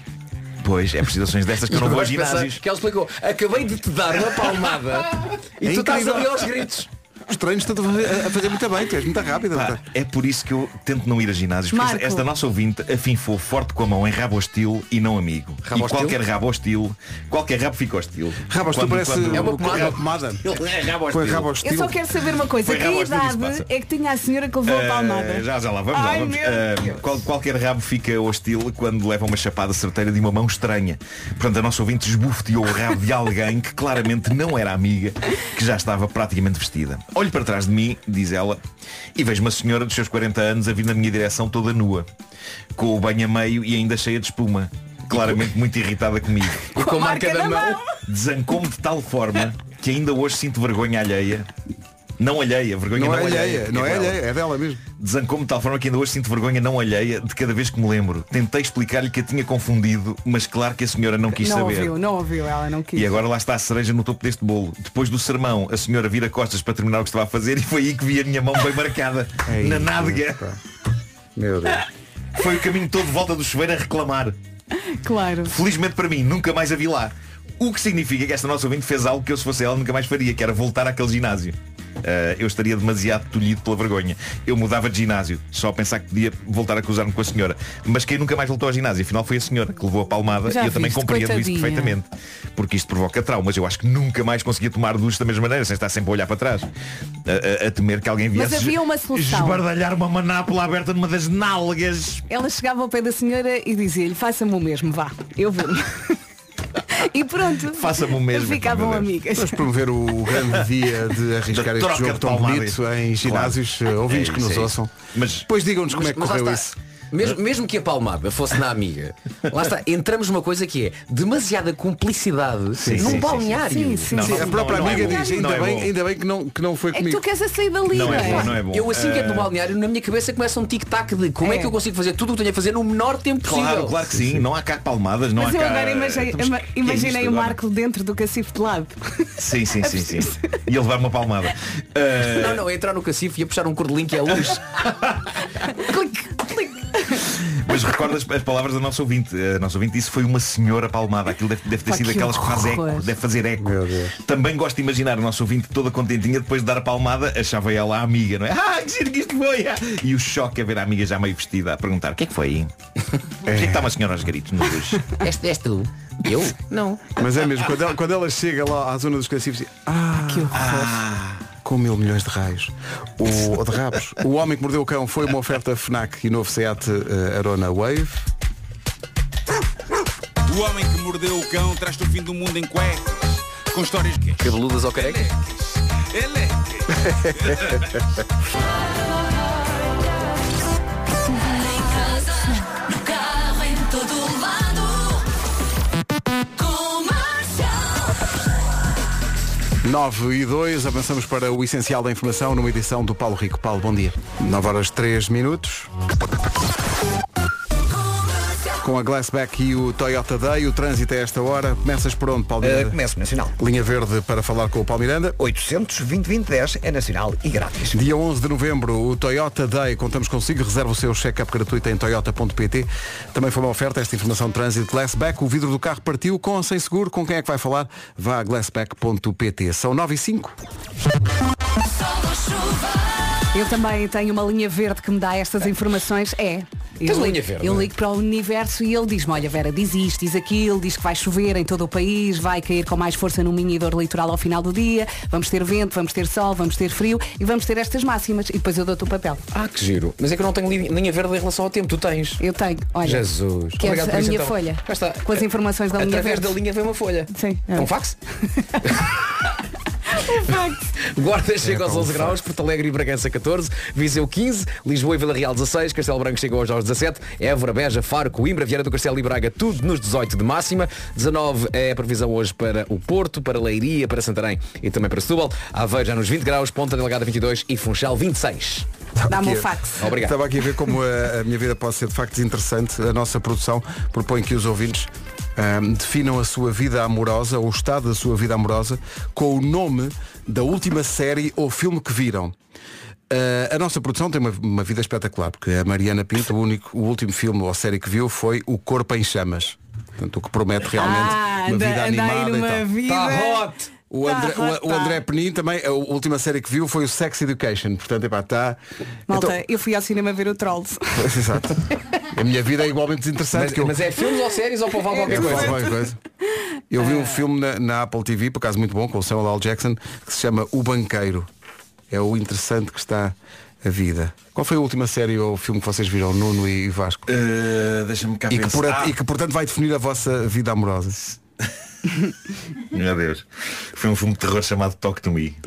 Pois, é por situações destas que eu não
Eu
vou a
gosto de pensar
ginásios.
Que ela explicou, acabei de te dar uma palmada e
É
tu estás
incrível.
ali aos gritos.
estranhos tanto a a fazer muito bem, tu és muito rápida.
Pá, é por isso que eu tento não ir a ginásios. Porque
Marco.
esta, esta nossa ouvinte afinfou forte com a mão em rabo hostil e não amigo.
Rabo
e
hostil?
qualquer rabo hostil, qualquer rabo fica hostil.
Rabo hostil parece uma pomada.
É Ele é rabo hostil.
Põe rabo
Eu só quero saber uma coisa,
Põe
que
rabo hostil,
idade
isso passa.
é que tinha a senhora que levou a
Eh,
palmada?
já, já lá vamos. lá
Ai,
vamos.
meu
Eh,
Deus.
qual- qualquer rabo fica hostil quando leva uma chapada certeira de uma mão estranha. Portanto, a nossa ouvinte esbufeteou o rabo de alguém que claramente não era amiga, que já estava praticamente vestida. Olho para trás de mim, diz ela, e vejo uma senhora dos seus 40 anos a vir na minha direção toda nua, com o banho a meio e ainda cheia de espuma. Claramente muito irritada comigo.
E com a marca da mão.
Desancou-me de tal forma que ainda hoje sinto vergonha alheia. Não alheia, vergonha
Não
não,
é alheia, não é alheia,
é
dela mesmo.
Desancou-me de tal forma que ainda hoje sinto vergonha não alheia de cada vez que me lembro. Tentei explicar-lhe que a tinha confundido, mas claro que a senhora não quis
não
saber.
ouviu, não ouviu, ela não quis.
E agora lá está a cereja no topo deste bolo. Depois do sermão, a senhora vira costas para terminar o que estava a fazer e foi aí que vi a minha mão bem marcada. na nádega.
Meu Deus.
Foi o caminho todo de volta do chuveiro a reclamar.
Claro.
Felizmente para mim, nunca mais a vi lá. O que significa que esta nossa ouvinte fez algo que eu, se fosse ela, nunca mais faria, que era voltar àquele ginásio. Ah, eu estaria demasiado tolhido pela vergonha. Eu mudava de ginásio, só a pensar que podia voltar a cruzar-me com a senhora. Mas quem nunca mais voltou ao ginásio? Afinal foi a senhora que levou a palmada
Já
e eu também
viste,
compreendo
coitadinha.
isso perfeitamente. Porque isto provoca traumas. Eu acho que nunca mais conseguia tomar duche da mesma maneira, sem estar sempre a olhar para trás. A, a- a temer que alguém
Mas
viesse
havia uma solução.
esbardalhar uma manápola aberta numa das nálgas.
Ela chegava ao pé da senhora e dizia-lhe, faça-me o mesmo, vá, eu vou. e pronto.
Faça-me o mesmo,
Ficavam amigas.
Vamos promover o grande dia de
Da
arriscar
troca
este jogo
de
tão
palmadas.
bonito em ginásios, eh, ouvintes
É
que nos
isso, é
ouçam.
isso. Mas
Pois digam-nos como
Mas-
é que
mas lá
correu
está.
isso.
Mesmo, mesmo que a palmada fosse na amiga, lá está, entramos numa coisa que é demasiada cumplicidade
Sim,
num
sim, sim,
balneário.
sim. Sim, sim, Não, sim. não,
A própria
não é
amiga
bom.
diz, ainda
Não é
bem,
bom.
ainda bem que não, que não foi
É que
comigo.
tu queres a sair dali,
Não é
não
bom, não é bom.
Eu assim que entro no
Eh,
balneário, na minha cabeça começa um tic-tac de como é.
É.
que eu consigo fazer tudo o que tenho a fazer no menor tempo possível.
Claro, claro que sim. Não há cá palmadas, não
Mas
há
eu
cá.
agora imaginei,
Estamos-
ima-
que é isto
imaginei o
agora?
Marco dentro do cacifo de lado.
Sim, sim, sim, sim. E ele levar uma palmada. Uh,
Não, não, é entrar no cacifo e a puxar um cordelinho que é luz.
Mas recordas as palavras da nossa ouvinte. A nossa ouvinte disse que foi uma senhora palmada. Aquilo deve, deve ter
Pá,
sido
que
aquelas que faz eco,
horror.
deve fazer eco. Também gosto de imaginar o nosso ouvinte toda contentinha depois de dar a palmada, achava ela a amiga, não é? Ah, que giro que isto foi! ah! E o choque a ver a amiga já meio vestida a perguntar, o que é que foi aí? Por que está uma senhora aos gritos no duche?
Este és tu. Eu? Não.
Mas é mesmo, quando ela, quando ela chega lá à zona dos cacifes, diz, ah, que ah, com mil milhões de raios. O, ou de rabos. o Homem que Mordeu o Cão foi uma oferta FNAC e novo Seat eh, Arona Wave.
O homem que mordeu o cão traz-te o fim do mundo em cuecas. Com histórias que.
Cabeludas ao careca?
No carro, em todo lado. Comercial.
9 e 2, avançamos para o essencial da informação numa edição do Paulo Rico. Paulo, bom dia. 9 horas 3 minutos. Com a Glassback e o Toyota Day, o trânsito a esta hora. Começas por onde, Paulo?
Eh,
Miranda?
começo nacional.
Linha verde para falar com o Paulo Miranda.
820-2010 é nacional e grátis.
Dia 11 de novembro, o Toyota Day, contamos consigo, reserva o seu check-up gratuito em toyota.pt. Também foi uma oferta esta informação de trânsito Glassback, o vidro do carro partiu com ou sem seguro, com quem é que vai falar? Vá a glassback.pt. São 9 e 5.
Eu também tenho uma linha verde que me dá estas informações. É.
Tens
Eu
linha
ligo-
verde? é?
Eu ligo para o universo e ele diz-me, olha Vera, diz isto, diz aquilo, diz que vai chover em todo o país, vai cair com mais força no Minho e dor litoral ao final do dia, vamos ter vento, vamos ter sol, vamos ter frio e vamos ter estas máximas. E depois eu dou-te o papel.
Ah, que giro. Mas é que eu não tenho li- linha verde em relação ao tempo. Tu tens.
Eu tenho. Olha,
Jesus.
Queres
Obrigado por
é a
isso,
minha
então.
folha?
Cá está.
Com as informações da linha
Através
verde.
da linha vem uma folha.
Sim.
É um fax?
um fax.
Guarda
É
chega
um
aos 11 graus, Porto Alegre e Bragança 14, Viseu 15, Lisboa e Vila Real 16, Castelo Branco chega hoje aos 17, Évora, Beja, Faro, Coimbra, Vieira do Castelo e Braga, tudo nos 18 de máxima, 19 é a previsão hoje para o Porto, para Leiria, para Santarém e também para Setúbal, Aveiro já nos 20 graus, Ponta Delgada 22 e Funchal 26.
Dá-me o
Aqui-
fax.
Obrigado.
Estava aqui a ver como eh, a, a minha vida pode ser de facto interessante. A nossa produção propõe que os ouvintes ahm, definam a sua vida amorosa, ou o estado da sua vida amorosa, com o nome da última série ou filme que viram. Ah, a nossa produção tem uma, uma vida espetacular, porque a Mariana Pinto, o, único, o último filme ou série que viu foi O Corpo em Chamas. Portanto, o que promete realmente
Ah,
uma
anda-
vida
anda aí
animada
numa
e tal.
vida- Tá hot!
O
Tá
André, o-
arrastar.
o André Penin também, a última série que viu foi o Sex Education. Portanto, epá, está.
Malta, eu fui ao cinema ver o Trolls.
Exato. A minha vida é igualmente desinteressante.
Mas-
que eu...
mas é filmes ou séries ou para levar qualquer
É para levar
coisa?
qualquer coisa. Eu vi um filme na, na Apple TV, por acaso muito bom, com o Samuel L. Jackson, que se chama O Banqueiro. É o interessante que está a vida. Qual foi a última série ou filme que vocês viram, Nuno e Vasco?
Deixa-me cá
e, que,
pensar.
por-
Eh, Ah!
e que, portanto vai definir a vossa vida amorosa.
Meu Deus. Foi um filme de terror chamado Talk to Me.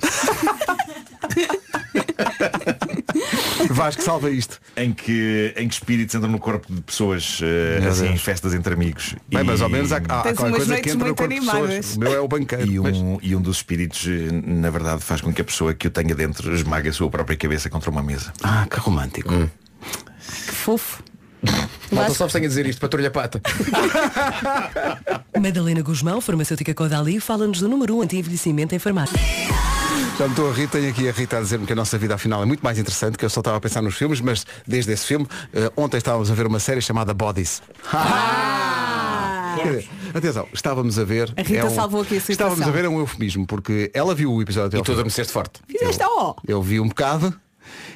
Vasco, salva isto.
Em que, em que espíritos entram no corpo de pessoas, eh,
Meu
assim, em
Deus.
festas entre amigos.
Bem,
E-
mas ao menos há- há- há Tens qualquer umas coisa que noites entra no muito corpo de pessoas. animadas. O meu é o banqueiro.
E um, e um dos espíritos, eh, na verdade, faz com que a pessoa que o tenha dentro esmague a sua própria cabeça contra uma mesa.
Ah, que romântico.
Que fofo.
Malta, só vos tenho a dizer isto, patrulha pata.
Madalena Guzmão, farmacêutica Codali, fala-nos do número 1 um anti-envelhecimento em farmácia.
Já me estou a rir, tenho aqui a Rita a dizer-me que a nossa vida afinal é muito mais interessante, que eu só estava a pensar nos filmes, mas desde esse filme, eh, ontem estávamos a ver uma série chamada Bodies. Quer dizer, Atenção, estávamos a ver. é um-
Ah. A Rita salvou aqui a situação.
Estávamos a ver é um eufemismo, porque ela viu o episódio até E tu adormeceste forte.
Fizeste oh! a O.
Eu vi um bocado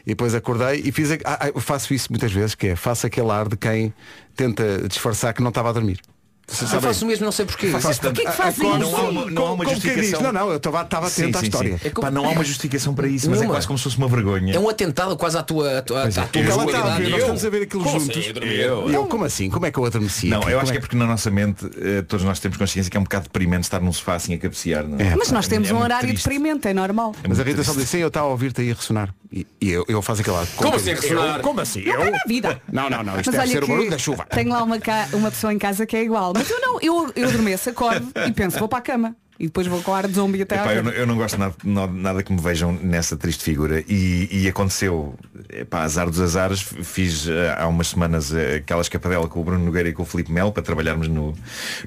e depois acordei e fiz a- ah, ah, eu faço isso muitas vezes, que é faço aquele ar de quem tenta disfarçar que não estava a dormir. Vocês
eu
sabem?
faço o mesmo, não sei porquê.
Faço isso tanto. Acordo, como quem diz, Não, não, eu estava estava atento à história.
É como-
Pá, não há uma justificação para isso, mas é
Nenhuma.
quase como se fosse uma vergonha.
É um atentado quase à tua, à tua, à
Pois é.
tua
Porque ela
Tá,
humanidade.
ok, nós
Eu?
estamos a ver aquilo
Como
juntos.
assim? Eu?
E eu, como assim? Como é que eu adormeci?
Não,
aqui?
eu
Como
acho que é porque na nossa mente eh, todos nós temos consciência que é um bocado deprimente estar num sofá assim a cabecear. não é?
Mas nós
É
temos um
muito
horário
triste.
deprimente, é normal.
Mas a Rita só disse, "Sim, eu estava a é ouvir-te aí a ressonar. E, e eu, eu faço aquela.
Como assim a ressonar?
Eu? Como assim?
Não
Eu?
tem na vida.
Não, não, não. Isto
Mas
deve ser
olha
o barulho
que
da chuva.
tenho lá uma, ca- uma pessoa em casa que é igual. Mas eu não, eu, eu adormeço, acordo e penso, vou para a cama. E depois vou com o ar de zombi até à
Epá, eu,
cama.
não, eu não gosto nada, no- nada que me vejam nessa triste figura e, e aconteceu epá, azar dos azares f- fiz eh, há umas semanas eh, aquela escapadela com o Bruno Nogueira e com o Filipe Mel para trabalharmos no,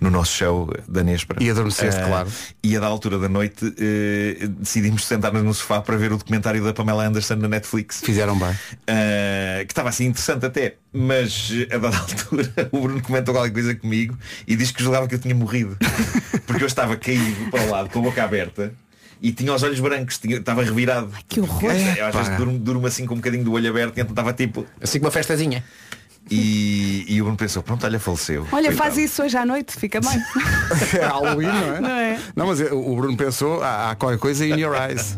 no nosso show da Nespra
E adormeceste,
Eh,
claro.
e a da altura da noite eh, decidimos sentar-nos no sofá para ver o documentário da Pamela Anderson na Netflix
fizeram bem
que estava assim interessante até mas eh, a dada altura o Bruno comentou qualquer coisa comigo e disse que julgava que eu tinha morrido porque eu estava caído para o lado com a boca aberta e tinha os olhos brancos, tinha- estava revirado. É,
que horror.
eu às vezes durmo, durmo assim com um bocadinho do olho aberto e então estava tipo.
Assim uma festazinha.
E, e o Bruno pensou, pronto, olha, faleceu.
Olha,
Coitado.
faz isso hoje à noite, fica bem.
É Halloween, não é? Não, mas eh, o Bruno pensou, há, há qualquer coisa in your eyes.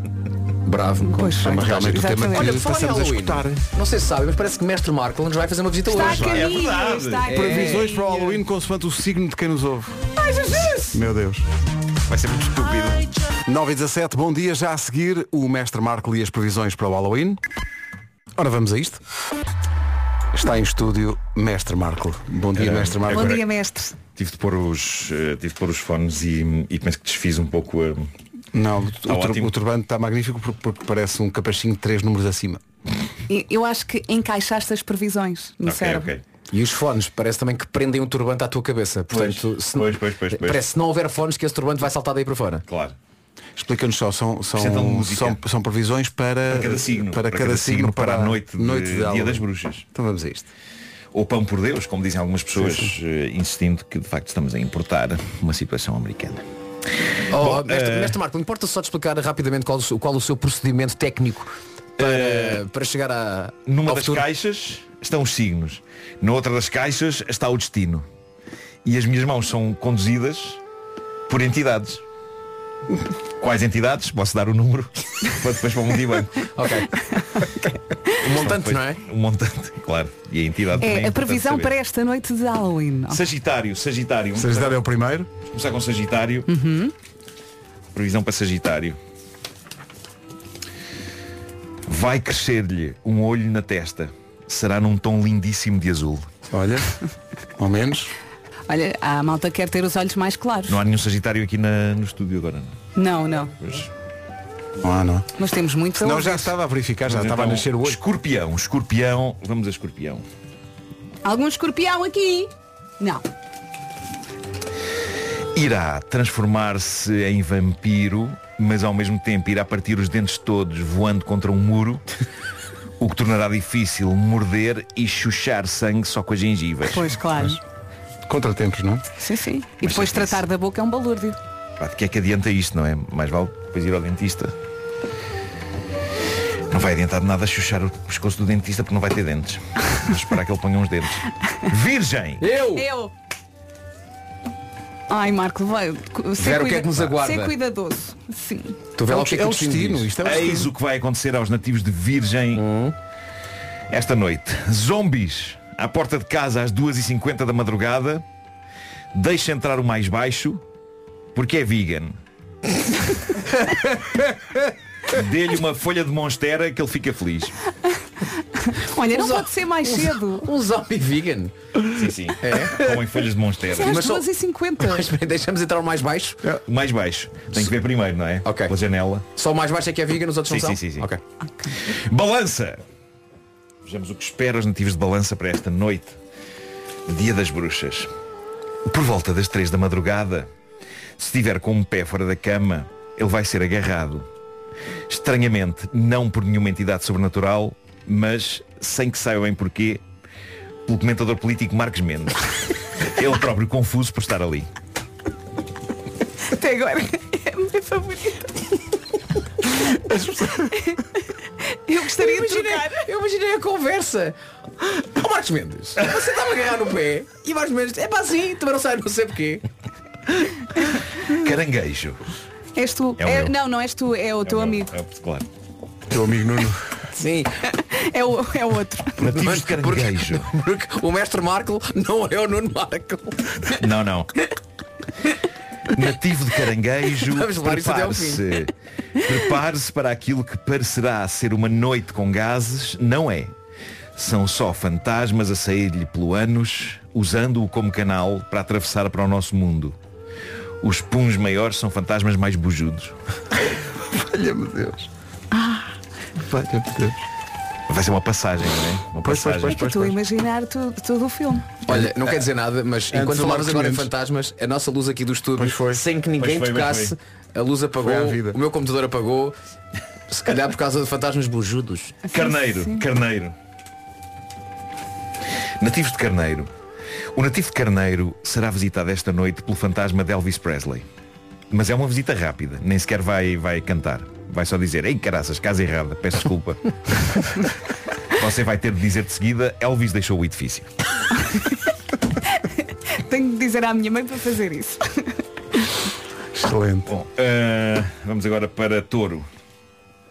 Bravo, pois, chama realmente o tema que
Olha, por falar em
passamos a
Halloween,
escutar.
Não sei se sabem, mas parece que Mestre Marco nos vai fazer uma visita
Está
hoje.
a
não
caminho, É verdade.
está a
Previsões para o Halloween consoante o signo de quem nos ouve.
Ai, Jesus!
Meu Deus.
Vai ser muito estúpido.
9 e 17, bom dia. Já a seguir, o Mestre Marco e as previsões para o Halloween. Ora, vamos a isto. Está em estúdio Mestre Marco. Bom dia,
Eh,
Mestre Marco.
Bom
Agora-
dia, mestre.
Tive de pôr os, eh, tive de pôr os fones e, e penso que desfiz um pouco a.
Não, o,
Está
tur-
ótimo.
o turbante está magnífico porque, porque parece um capachinho de três números acima.
E Eu acho que encaixaste as previsões no cérebro. É,
é
E os fones, parece também que prendem um turbante à tua cabeça. Portanto, se,
Pois, pois, pois, pois.
parece que se não houver fones que esse turbante vai saltar daí para fora.
Claro.
Explica-nos só, são,
Acrescentam
são,
música.
são, são previsões para,
Para cada signo.
para, cada signo, para,
a noite, de- Dia
Halloween.
das Bruxas.
Então vamos a isto.
Ou pão por Deus, como dizem algumas pessoas, eh, insistindo que de facto estamos a importar uma situação americana.
Oh,
Bom,
mestre,
eh,
mestre Marco, importa só te explicar rapidamente qual, o seu- qual o seu procedimento técnico para, para chegar a.
Numa das caixas estão os signos. Na outra das caixas está o destino. E as minhas mãos são conduzidas por entidades. Quais entidades? Posso dar o número para depois para o multibanco.
ok.
O montante, não é? O montante, claro. E a entidade também
É a
importante
previsão
saber.
para esta noite de Halloween.
Sagitário, Sagitário. um
Sagitário é o primeiro.
Vamos começar com Sagitário. Previsão para Sagitário. Vai crescer-lhe um olho na testa. Será num tom lindíssimo de azul.
Olha, ao menos.
Olha, a malta quer ter os olhos mais claros.
Não é? há nenhum Sagitário aqui na- no estúdio agora. Não.
Não, não.
Pois.
Não há, não.
Mas temos muito.
Senão já estava a verificar, já
Mas
estava a
então,
nascer o olho.
Escorpião, escorpião. Vamos a escorpião.
Algum escorpião aqui? Não.
Irá transformar-se em vampiro, mas ao mesmo tempo irá partir os dentes todos voando contra um muro, o que tornará difícil morder e chuchar sangue só com as gengivas.
Pois, claro.
Contratempos, não? é?
Sim, sim. E
Mas
depois
certeza.
tratar da boca é um balúrdio.
Pá, de que é que adianta isto, não é? Mais vale depois ir ao dentista. Não vai adiantar de nada chuchar o pescoço do dentista porque não vai ter dentes. Vou esperar que ele ponha uns dentes. Virgem!
Eu!
Eu! Ai, Marco, vai. cu- ser
Vera, o que
cuida-
é que nos aguarda?
Ser cuidadoso. Sim.
Tu
um
vê lá o que é, que
o
o destino,
destino,
Então,
isto é o
Eis
destino.
o que vai acontecer aos nativos de Virgem esta noite. Zombies à porta de casa às 2h50 da madrugada. Deixa entrar o mais baixo, porque é vegan. Dê-lhe uma folha de monstera que ele fica feliz.
Olha, não pode ser mais É cedo.
Um zombie vegan.
Sim, sim. É. Comem folhas de monstera.
Às 2h50.
deixamos entrar o mais baixo?
O É. mais baixo. Tem que ver primeiro, não é? Ok. Pela janela.
Só o mais baixo é que é vegan, os outros
sim,
não são?
Sim, sim, sim. Balança! Vejamos o que espera os nativos de balança para esta noite. Dia das bruxas. Por volta das três da madrugada, se estiver com um pé fora da cama, ele vai ser agarrado. Estranhamente, não por nenhuma entidade sobrenatural, mas sem que saibam bem porquê, pelo comentador político Marcos Mendes. ele próprio confuso por estar ali.
Até agora é a minha favorita. Eu gostaria
eu imaginei, de trocar. Eu imaginei a conversa. Ó Marcos Mendes, você estava a agarrar no pé e Marcos Mendes, é pá sim, também não sai, não sei porquê.
Caranguejo.
És tu.
É o
É-
meu.
não, não és tu, é o teu amigo.
É, claro. Teu amigo Nuno.
Sim.
É o é o outro.
Nativos de caranguejo.
Porque o mestre Marco não é o Nuno Marco.
Não, não. Nativo de caranguejo,
Vamos levar isso até ao fim.
prepare-se. Prepare-se para aquilo que parecerá ser uma noite com gases, não é. São só fantasmas a sair-lhe pelo ânus, usando-o como canal para atravessar para o nosso mundo. Os puns maiores são fantasmas mais bujudos. Valha-me Deus.
Ah.
Valha-me Deus. Vai ser uma passagem, não é? Uma passagem.
Eu Estou a imaginar tu- todo o filme.
Olha, não quer dizer nada, mas
Antes
enquanto
o
falavas
Marcos
agora em
Mendes.
fantasmas, a nossa luz aqui do estúdio, sem que ninguém
Pois foi, pois
tocasse, a luz apagou,
Foi à
o meu computador apagou, se calhar por causa de fantasmas bujudos.
Carneiro, carneiro. Nativos de Carneiro. O nativo de Carneiro será visitado esta noite pelo fantasma de Elvis Presley. Mas é uma visita rápida, nem sequer vai, vai cantar. Vai só dizer, ei caraças, casa errada, peço desculpa. Você vai ter de dizer de seguida, Elvis deixou o edifício.
Tenho de dizer à minha mãe para fazer isso.
Excelente. Bom, eh, vamos agora para Touro.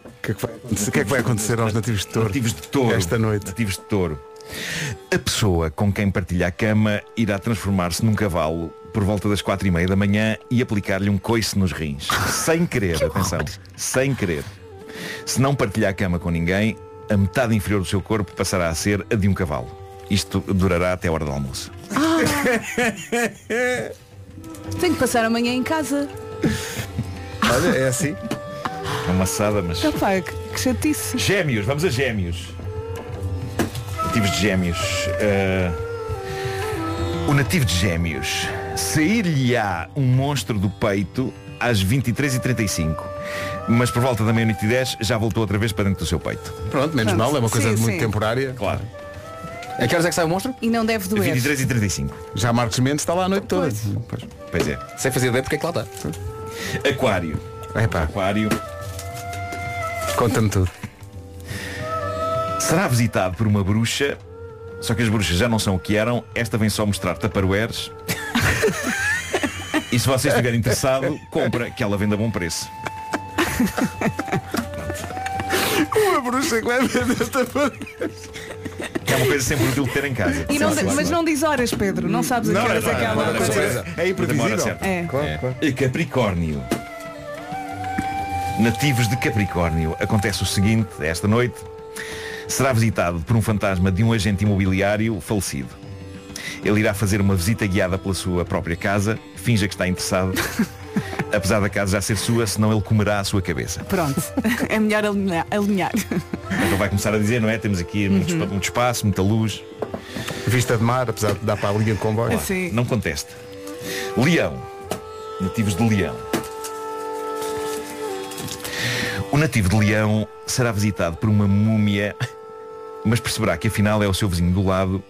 O que, é que vai
acontecer- o que é que vai acontecer aos nativos de Touro?
Nativos de Touro. Esta noite. Nativos de Touro. A pessoa com quem partilha a cama irá transformar-se num cavalo por volta das quatro e meia da manhã e aplicar-lhe um coice nos rins. Sem querer, atenção. Sem querer. Se não partilhar a cama com ninguém, a metade inferior do seu corpo passará a ser a de um cavalo. Isto durará até a hora do almoço.
Tenho que passar amanhã em casa.
Olha, é assim. É uma assada, mas.
Epá, que, que chatice.
Gêmeos, vamos a gêmeos. Nativos de gêmeos. Eh, O nativo de gêmeos. Sair-lhe-á um monstro do peito às 23h35. Mas por volta da meia-noite e 10 já voltou outra vez para dentro do seu peito.
Pronto, menos Pronto. mal, é uma coisa Sim, muito sim.
temporária. Claro.
A que horas é que sai o monstro?
E não deve doer.
23 e 35.
Já Marcos Mendes está lá a noite toda. Pois.
Pois é.
Sem fazer ideia porque é que lá está.
Aquário. Aquário.
Conta-me tudo.
Será visitado por uma bruxa, só que as bruxas já não são o que eram, esta vem só mostrar taparueres. e se você estiver interessado, compra, que ela vende a bom preço.
Uma bruxa que vai ver desta
Que é uma coisa sempre útil de ter em casa.
E não, mas não diz horas, Pedro. Não sabes a que horas é que há uma coisa.
É
imprevisível.
É. Claro,
E Capricórnio. Nativos de Capricórnio. Acontece o seguinte, esta noite. Será visitado por um fantasma de um agente imobiliário falecido. Ele irá fazer uma visita guiada pela sua própria casa, finja que está interessado, apesar da casa já ser sua, senão ele comerá a sua cabeça.
Pronto. É melhor alinhar. alinhar.
Então vai começar a dizer, não é? Temos aqui muito,
Uhum.
espa- muito espaço, muita luz. Vista de mar, apesar de dar para a linha de comboio.
Ah, sim.
Não conteste. Leão. Nativos de Leão. O nativo de Leão será visitado por uma múmia, mas perceberá que afinal é o seu vizinho do lado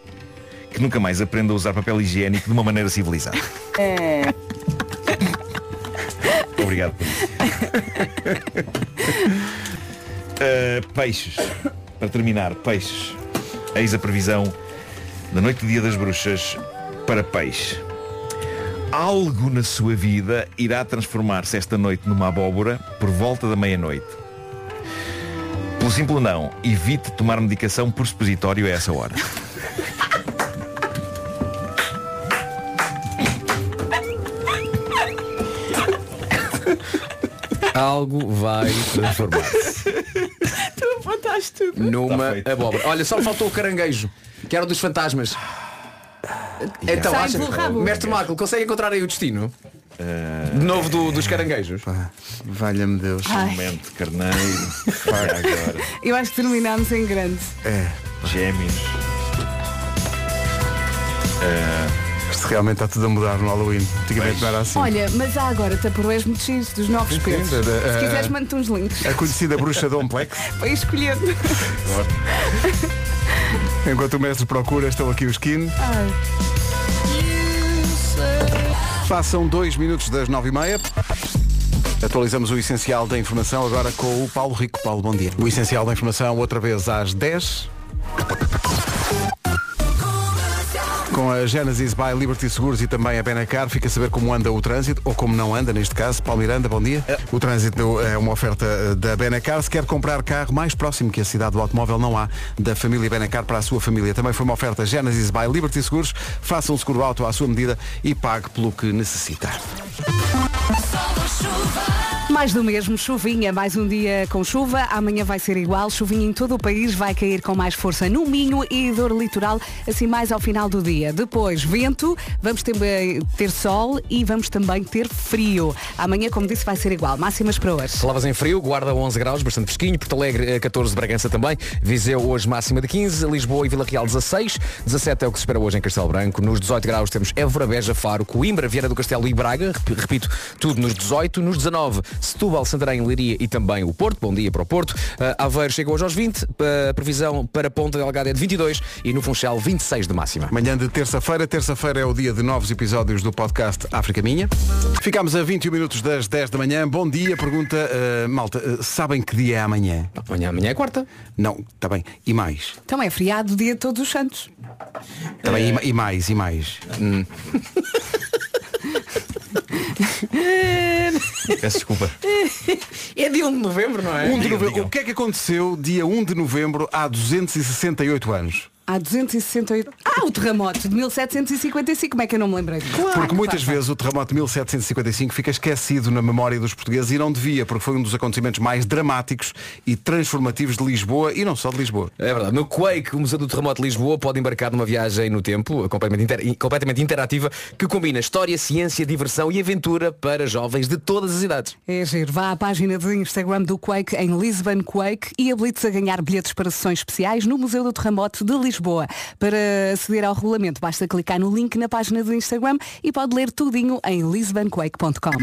que nunca mais aprende a usar papel higiênico de uma maneira civilizada. obrigado por isso. Uh, peixes. Para terminar, peixes. Eis a previsão da noite do Dia das Bruxas para peixe. Algo na sua vida irá transformar-se esta noite numa abóbora por volta da meia-noite. Pelo simples não, evite tomar medicação por supositório a essa hora.
Algo vai transformar-se
Tu apontaste tudo.
numa abóbora. Olha, só me faltou o caranguejo, que era o dos fantasmas. Então,
Sai
acha,
pelo rabo.
Mestre Marco, consegue encontrar aí o destino? De novo do- dos caranguejos.
Valha-me Deus.
Ai.
Momento, carneiro. Vai agora.
Eu acho que terminámos em grande.
É.
Gêmeos.
Isto realmente está tudo a mudar no Halloween. Antigamente não era assim.
Olha, mas há agora taparoeiros muito giros dos novos
Sim, sim,
preços.
da- da-
Se quiseres,
a-
mando-te uns links
A conhecida bruxa Domplex.
para ir escolher.
Enquanto o mestre procura, estão aqui os Kim.
Ai.
Passam dois minutos das nove e meia. Atualizamos o essencial da informação agora com o Paulo Rico. Paulo, bom dia. O essencial da informação outra vez às 10. Com a Genesis by Liberty Seguros e também a Benacar, fica a saber como anda o trânsito, ou como não anda neste caso. Paulo Miranda, bom dia. O trânsito é uma oferta eh, da Benacar. Se quer comprar carro mais próximo que a cidade do automóvel, não há da família Benacar para a sua família. Também foi uma oferta Genesis by Liberty Seguros. Faça um seguro auto à sua medida e pague pelo que necessita.
Mais do mesmo, chuvinha, mais um dia com chuva, amanhã vai ser igual, chuvinha em todo o país, vai cair com mais força no Minho e dor litoral, assim mais ao final do dia. Depois, vento, vamos também ter sol e vamos também ter frio. Amanhã, como disse, vai ser igual, máximas para hoje.
Palavras em frio, Guarda 11 graus, bastante fresquinho, Porto Alegre eh, 14, Bragança também, Viseu hoje máxima de 15, Lisboa e Vila Real 16, 17 é o que se espera hoje em Castelo Branco, nos 18 graus temos Évora, Beja, Faro, Coimbra, Vieira do Castelo e Braga, Rep- repito, tudo nos 18, nos 19 Setúbal, Santarém, Leiria e também o Porto, bom dia para o Porto, Eh, Aveiro chega hoje aos 20, a previsão para Ponta Delgada é de 22 e no Funchal 26 de máxima.
Manhã de terça-feira. Terça-feira é o dia de novos episódios do podcast África Minha. Ficámos a 21 minutos das 10 da manhã. Bom dia. Pergunta, eh, malta, eh, sabem que dia é amanhã?
Amanhã, amanhã é quarta.
Não, está bem. E mais?
Então é feriado, dia de todos os santos.
Está bem, e ma- e, mais, e mais?
Peço desculpa.
É dia 1 de novembro, não
Um de novembro. O que é que aconteceu dia 1 de novembro há 268 anos?
Há 268... Ah, o terremoto de 1755, como é que eu não me lembrei disso?
Porque muitas vezes o terremoto de 1755 fica esquecido na memória dos portugueses e não devia, porque foi um dos acontecimentos mais dramáticos e transformativos de Lisboa e não só de Lisboa.
É verdade. No Quake, o Museu do Terremoto de Lisboa pode embarcar numa viagem no tempo completamente, inter- completamente interativa que combina história, ciência, diversão e aventura para jovens de todas as idades.
É giro. Vá à página do Instagram do Quake em Lisbon Quake e habilite-se a ganhar bilhetes para sessões especiais no Museu do Terremoto de Lisboa. Para aceder ao regulamento, basta clicar no link na página do Instagram e pode ler tudinho em lisbonquake.com.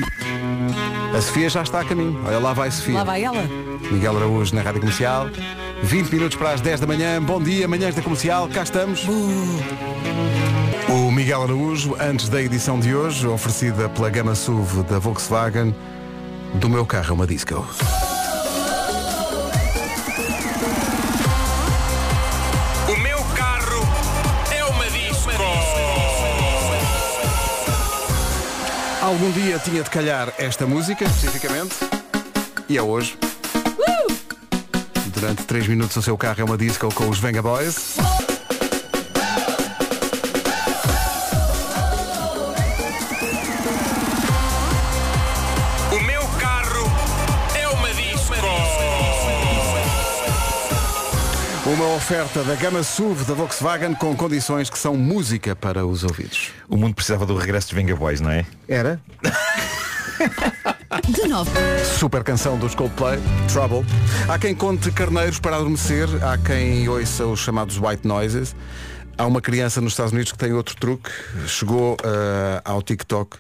A Sofia já está a caminho. Olha, lá vai Sofia.
Lá vai ela.
Miguel Araújo na Rádio Comercial. 20 minutos para as 10 da manhã. Bom dia, manhãs da Comercial. Cá estamos. O Miguel Araújo, antes da edição de hoje, oferecida pela gama SUV da Volkswagen, do meu carro é uma disco.
O meu carro é uma disco.
Algum dia tinha de calhar esta música, especificamente, e é hoje. Durante 3 minutos o seu carro é uma disco com os Venga Boys.
O meu carro é uma disco.
Uma oferta da gama SUV da Volkswagen com condições que são música para os ouvidos.
O mundo precisava do regresso dos Venga Boys, não é?
Era?
De novo.
Super canção dos Coldplay, Trouble. Há quem conte carneiros para adormecer, há quem ouça os chamados white noises. Há uma criança nos Estados Unidos que tem outro truque. Chegou ah, ao TikTok.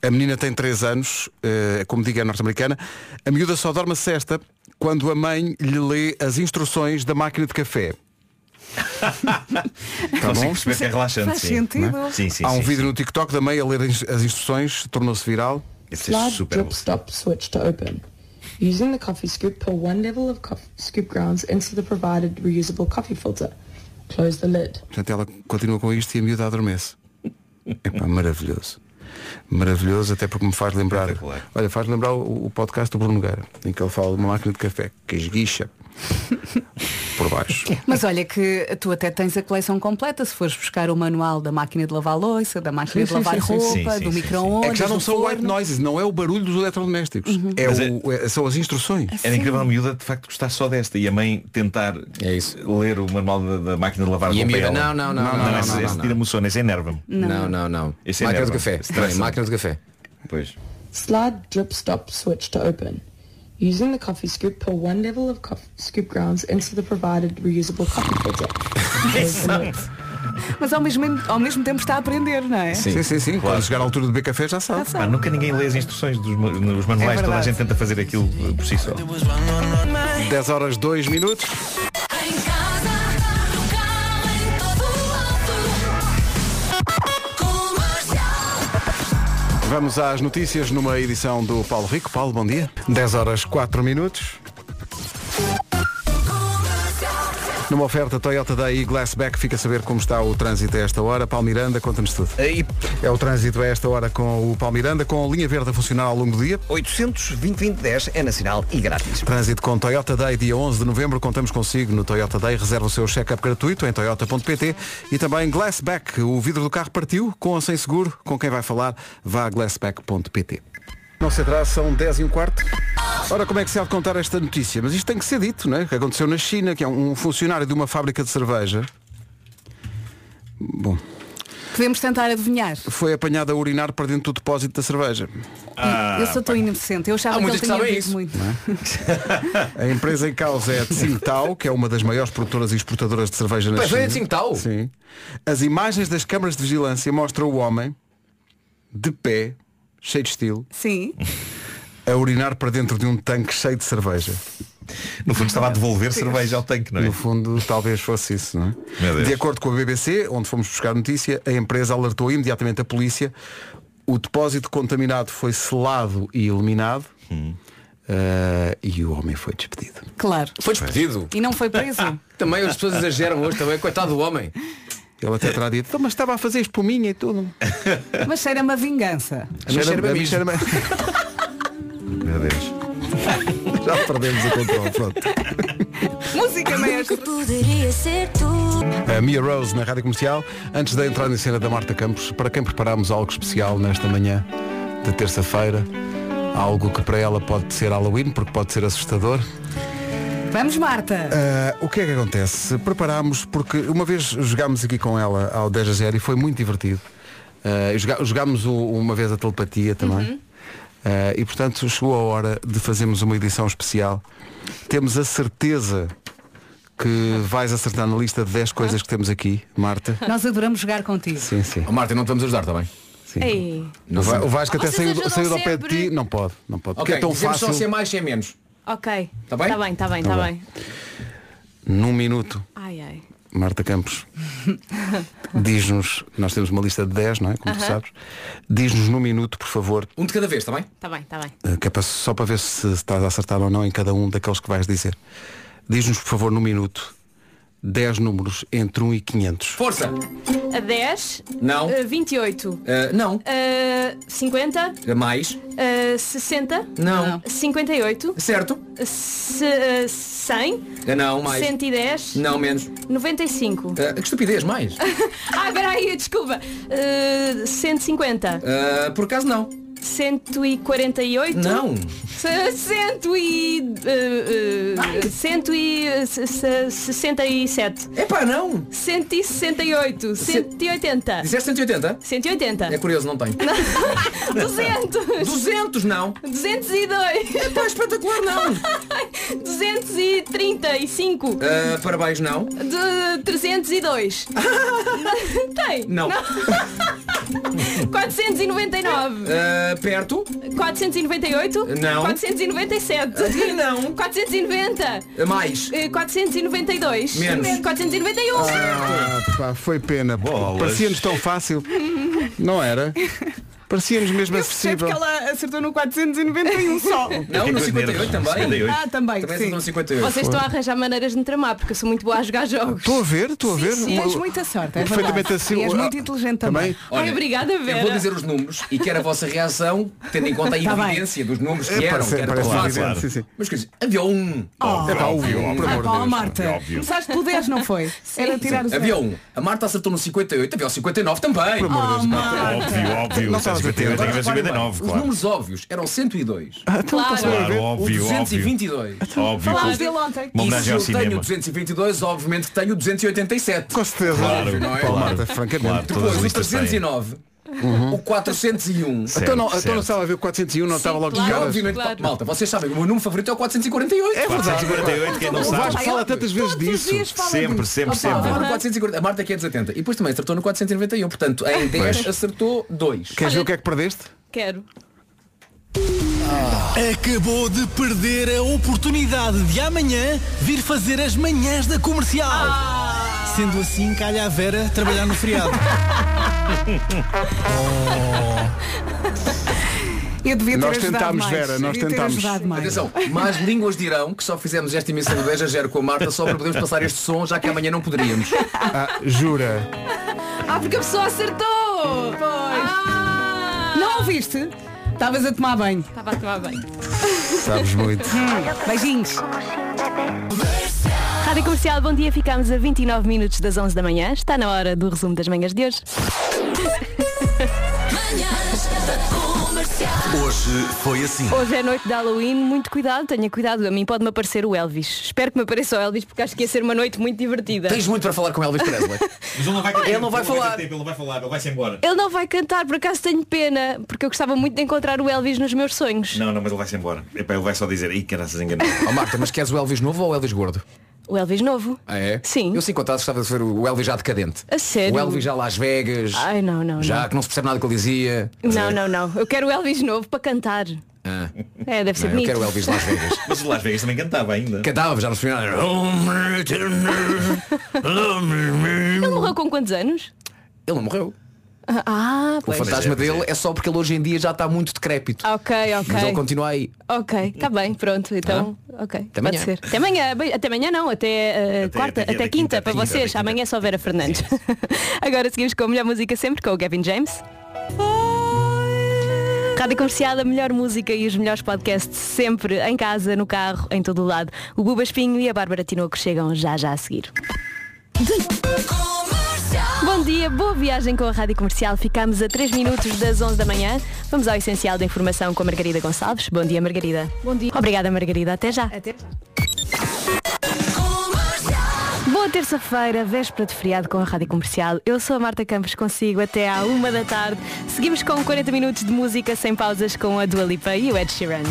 A menina tem 3 anos, ah, como digo, é norte-americana. A miúda só dorme a cesta quando a mãe lhe lê as instruções da máquina de café. Tá
Consigo
bom?
perceber que é relaxante.
Faz
sim.
sentido.
Não é? Sim, sim,
Há um
sim,
vídeo no TikTok da mãe a ler as as instruções, tornou-se viral.
Esse é
large
super
drip
bom.
stop switch to open. Using the coffee scoop, pour one level of coffee scoop grounds into the provided reusable coffee filter. Close the lid.
Portanto, ela continua com isto e a miúda adormece. Epá, maravilhoso. Maravilhoso, até porque me faz lembrar. Olha, faz lembrar o, o podcast do Bruno Nogueira, em que ele fala de uma máquina de café que esguicha por baixo. É
Mas olha que tu até tens a coleção completa se fores buscar o manual da máquina de lavar louça, da máquina
Sim,
de
sim,
lavar
sim, sim.
roupa,
Sim, sim,
do
sim,
micro-ondas.
É que já não
do
são
forno.
white noises, não é o barulho dos eletrodomésticos.
Uhum.
É
Mas
o- é- são as instruções.
Era incrível a miúda de facto gostar só desta e a mãe tentar ler o manual da, da máquina de lavar
É E a
com
miúda, não,
ela.
não, não, não, não,
esse,
não,
esse
não.
tira-me o sono, esse enerva-me.
Não. Não,
não, não.
Esse
Máquina de
enerva-me.
café.
Estressa-me.
Bem, máquina de café.
Pois.
Slide drip stop switch to open. Using the coffee scoop, pour one level of coffee scoop grounds into the provided reusable coffee filter. Close the lid.
Mas ao mesmo, ao mesmo tempo está a aprender, não é?
Sim, sim, sim. Quando chegar à altura de beber café já sabe.
Pá, nunca ninguém lê as instruções dos, ma- nos
É
manuais,
verdade.
toda a gente tenta fazer aquilo eh, por si só.
10 horas 2 minutos. Vamos às notícias numa edição do Paulo Rico. Paulo, bom dia. 10 horas 4 minutos. Numa oferta Toyota Day e Glassback, fica a saber como está o trânsito a esta hora. Paulo Miranda, conta-nos tudo. É o trânsito a esta hora com o Paulo Miranda, com a linha verde a funcionar ao longo do dia.
820-2010 é nacional e grátis.
Trânsito com Toyota Day, dia 11 de novembro. Contamos consigo no Toyota Day. Reserva o seu check-up gratuito em toyota.pt e também Glassback. O vidro do carro partiu com ou sem seguro. Com quem vai falar, vá a glassback.pt. Não se atrasa, são 10 e um quarto. Ora, como é que se há de contar esta notícia? Mas isto tem que ser dito, não é? O que aconteceu na China, que é um funcionário de uma fábrica de cerveja. Bom,
Podemos tentar adivinhar.
foi apanhado a urinar para dentro do depósito da cerveja.
eu sou tão inocente. Eu achava
Há
que ele
muitos
tinha
que sabem
bebido
isso.
é?
muito.
A empresa em causa é a Tsingtao, que é uma das maiores produtoras e exportadoras de cerveja na
Pois
China.
é, a Tsingtao?
Sim. As imagens das câmaras de vigilância mostram o homem de pé, cheio de estilo,
Sim.
a urinar para dentro de um tanque cheio de cerveja.
No fundo estava a devolver cerveja ao tanque, não é?
No fundo, talvez fosse isso, não
Meu
é?
Deus.
De acordo com a BBC, onde fomos buscar notícia, a empresa alertou imediatamente a polícia. O depósito contaminado foi selado e eliminado.
Hum.
Eh, e o homem foi despedido.
Claro.
Foi despedido.
E não foi preso?
Também as pessoas exageram hoje também, coitado do homem.
Ele até terá dito, "Então, mas estava a fazer espuminha e tudo.
Mas cheira-me a vingança.
Cheira-me- a mim cheira-me- Meu Deus. Já perdemos o controle, pronto.
Música mestre.
poderia ser tu.
A Mia Rose na Rádio Comercial, antes da entrada em cena da Marta Campos, para quem preparámos algo especial nesta manhã de terça-feira, algo que para ela pode ser Halloween, porque pode ser assustador.
Vamos, Marta.
Ah, o que é que acontece? Preparámos, porque uma vez jogámos aqui com ela ao 10 a 0 e foi muito divertido. Ah, e joga- jogámos o- uma vez a telepatia também.
Uhum.
Ah, e portanto chegou a hora de fazermos uma edição especial. Temos a certeza que vais acertar na lista de 10 coisas que temos aqui, Marta.
Nós adoramos jogar contigo.
Sim, sim.
Marta, não te vamos ajudar, tá também.
Ei. Ah,
O Va- o Vasco até
Vocês
saiu,
ajudam
saiu ao pé de
sempre.
ti. Não pode, não pode. Porque
Ok,
é tão
dizemos
fácil.
só se é mais, se é menos.
Ok.
Tá bem?
Tá bem, tá bem,
Tá
tá
bem.
bem.
Num minuto,
Ai, ai.
Marta Campos diz-nos, nós temos uma lista de 10, não é? Como tu
Aham.
sabes. Diz-nos num minuto, por favor,
Um de cada vez, está bem?
Tá bem, tá bem.
eh, que é para- só para ver se estás a acertar ou não em cada um daqueles que vais dizer. Diz-nos, por favor, num minuto, 10 números entre 1 e 500.
Força!
A 10.
Não.
A 28.
Eh, não.
A 50.
É Mais.
A 60.
Não.
58.
Certo.
Se, eh, a 100.
Eh, Não, mais.
110.
Não, menos.
95.
Eh, que estupidez, mais.
ah, peraí, desculpa. Uh, 150.
Eh, por acaso não.
148?
Não.
Se- Cento e. eh, eh, cento e. se- se- sessenta e sete.
Epá, não!
168. 180.
Dizeste 180?
180.
É curioso, não tenho. É-
200.
200 não.
202.
Epá, espetacular não.
235.
Eh, parabéns, não.
De 302. Tem?
Não.
499.
Eh, perto.
498?
Não.
497.
Não.
490.
Mais.
Eh, 492.
Menos.
491.
Ah, pá, foi pena. Parecia-nos tão fácil. Não era? Parecia-nos mesmo
Eu
acessível.
percebo que ela acertou no 491 só.
Não, no 58 também. 58.
Ah,
Também
também. sim.
acertou no 58.
Vocês estão a arranjar maneiras de me tramar, porque eu sou muito boa a jogar jogos.
Estou a ver, estou a ver.
sim,
Uma-
tens muita sorte,
é Perfeitamente verdade. assim, E és o- muito inteligente também. também.
Ai, obrigada, Vera.
Eu vou dizer os números e quero a vossa reação, tendo em conta a
Tá bem.
evidência dos números que
É,
eram.
parece-
que era
parece
claro,
evidente,
claro.
sim, sim.
Mas quer dizer, havia um.
Óbvio,
Epá,
óbvio,
um.
por
Ah, pá, ó, Marta. Começaste pelo 10, não foi? Era tirar o
Sim,
zero.
Havia um. A Marta acertou no 58, havia o 59 também.
Por amor de Deus, Oh, Marta. Marta.
Óbvio, óbvio,
Não estavas
58,
atenta.
tinha 59,
Os
claro.
números óbvios eram 102.
então Claro. estás a ver? Claro, óbvio,
o 222.
óbvio. Óbvio.
Falámos dele ontem.
Uma
E
homenagem
se
ao
eu
cinema.
tenho o 222, obviamente que tenho o 287.
Com certeza.
Claro, não é?
Claro, Marta, francamente. Claro, todas
Depois
as
o
listas têm.
309, o 401.
Então não, então não estava a ver o 401, não estava logo de
E
caras.
obviamente, malta, vocês sabem, o meu número favorito é o 448.
É verdade. 448, quem não sabe. O Vasco fala tantas vezes Todos os disso. dias fala Sempre, disso. sempre,
É
Opa,
sempre.
fala no 440. A Marta aqui é 280. E depois também acertou no 491. Portanto, em 10
Pois.
acertou 2.
Queres ver o que é que perdeste?
Quero.
Acabou de perder a oportunidade de amanhã vir fazer as manhãs da comercial.
Ah!
Sendo assim, calha a Vera trabalhar no feriado.
Eu devia ter
Nós
ajudado
tentámos,
mais.
Vera, nós
Devia ter
tentámos.
ajudado mais.
Atenção, mais línguas dirão que só fizemos esta emissão de 10 a 0 com a Marta só para podermos passar este som, já que amanhã não poderíamos.
Ah, jura.
Ah, porque a pessoa acertou! Ah. Pois.
Não ouviste? Estavas a tomar banho.
Estava a tomar banho.
Sabes muito.
Hum, Beijinhos.
Rádio Comercial, bom dia. Ficamos a 29 minutos das 11 da manhã. Está na hora do resumo das manhãs de hoje.
Hoje foi assim.
Hoje é noite de Halloween. Muito cuidado, tenha cuidado. A mim pode-me aparecer o Elvis. Espero que me apareça o Elvis porque acho que ia ser uma noite muito divertida.
Tens muito para falar com Elvis Presley.
Mas ele não vai, ter
Ele
tempo,
não vai falar.
ter tempo, Ele não vai falar, ele vai se embora.
Ele não vai cantar, por acaso tenho pena, porque eu gostava muito de encontrar o Elvis nos meus sonhos.
Não, não, mas ele vai se embora. Epá, ele vai só dizer, ih, caraças enganado.
Ó Marta, mas queres o Elvis novo ou o Elvis gordo?
O Elvis novo.
Ah, é? Sim. Eu se encontrasse gostava de ver o Elvis já decadente.
A sério?
O Elvis já Las Vegas.
Ai, não, não,
Já
não.
que não se percebe nada do que ele dizia.
Não, não, não. Eu quero o Elvis novo para cantar.
Ah.
É, deve ser
Não, eu
bonito.
quero o Elvis de Las Vegas.
Mas o Las Vegas também cantava ainda.
Cantava já no final. era, "Home Returner, Home
Ele morreu com quantos anos?
Ele não morreu.
Ah,
O
pois.
fantasma dele é só porque ele hoje em dia já está muito decrépito.
Ok, ok.
Mas ele continua aí.
Ok, está bem, pronto, então, ok,
Até
pode
amanhã.
ser. Até amanhã, bem, até amanhã não, até, uh, quarta, até,
até- até
quinta,
quinta,
para
quinta,
vocês,
até quinta.
amanhã só Vera Fernandes. Agora seguimos com a melhor música sempre, com o Gavin James. Rádio Comercial, a melhor música e os melhores podcasts sempre, em casa, no carro, em todo o lado. O Buba Espinho e a Bárbara Tinoco chegam já já a seguir. Bom dia, boa viagem com a Rádio Comercial. Ficamos a 3 minutos das 11 da manhã. Vamos ao essencial da informação com a Margarida Gonçalves. Bom dia, Margarida. Bom dia. Obrigada, Margarida. Até já. Até Boa terça-feira, véspera de feriado com a Rádio Comercial. Eu sou a Marta Campos, consigo até à uma da tarde. Seguimos com 40 minutos de música sem pausas com a Dua Lipa e o Ed Sheeran.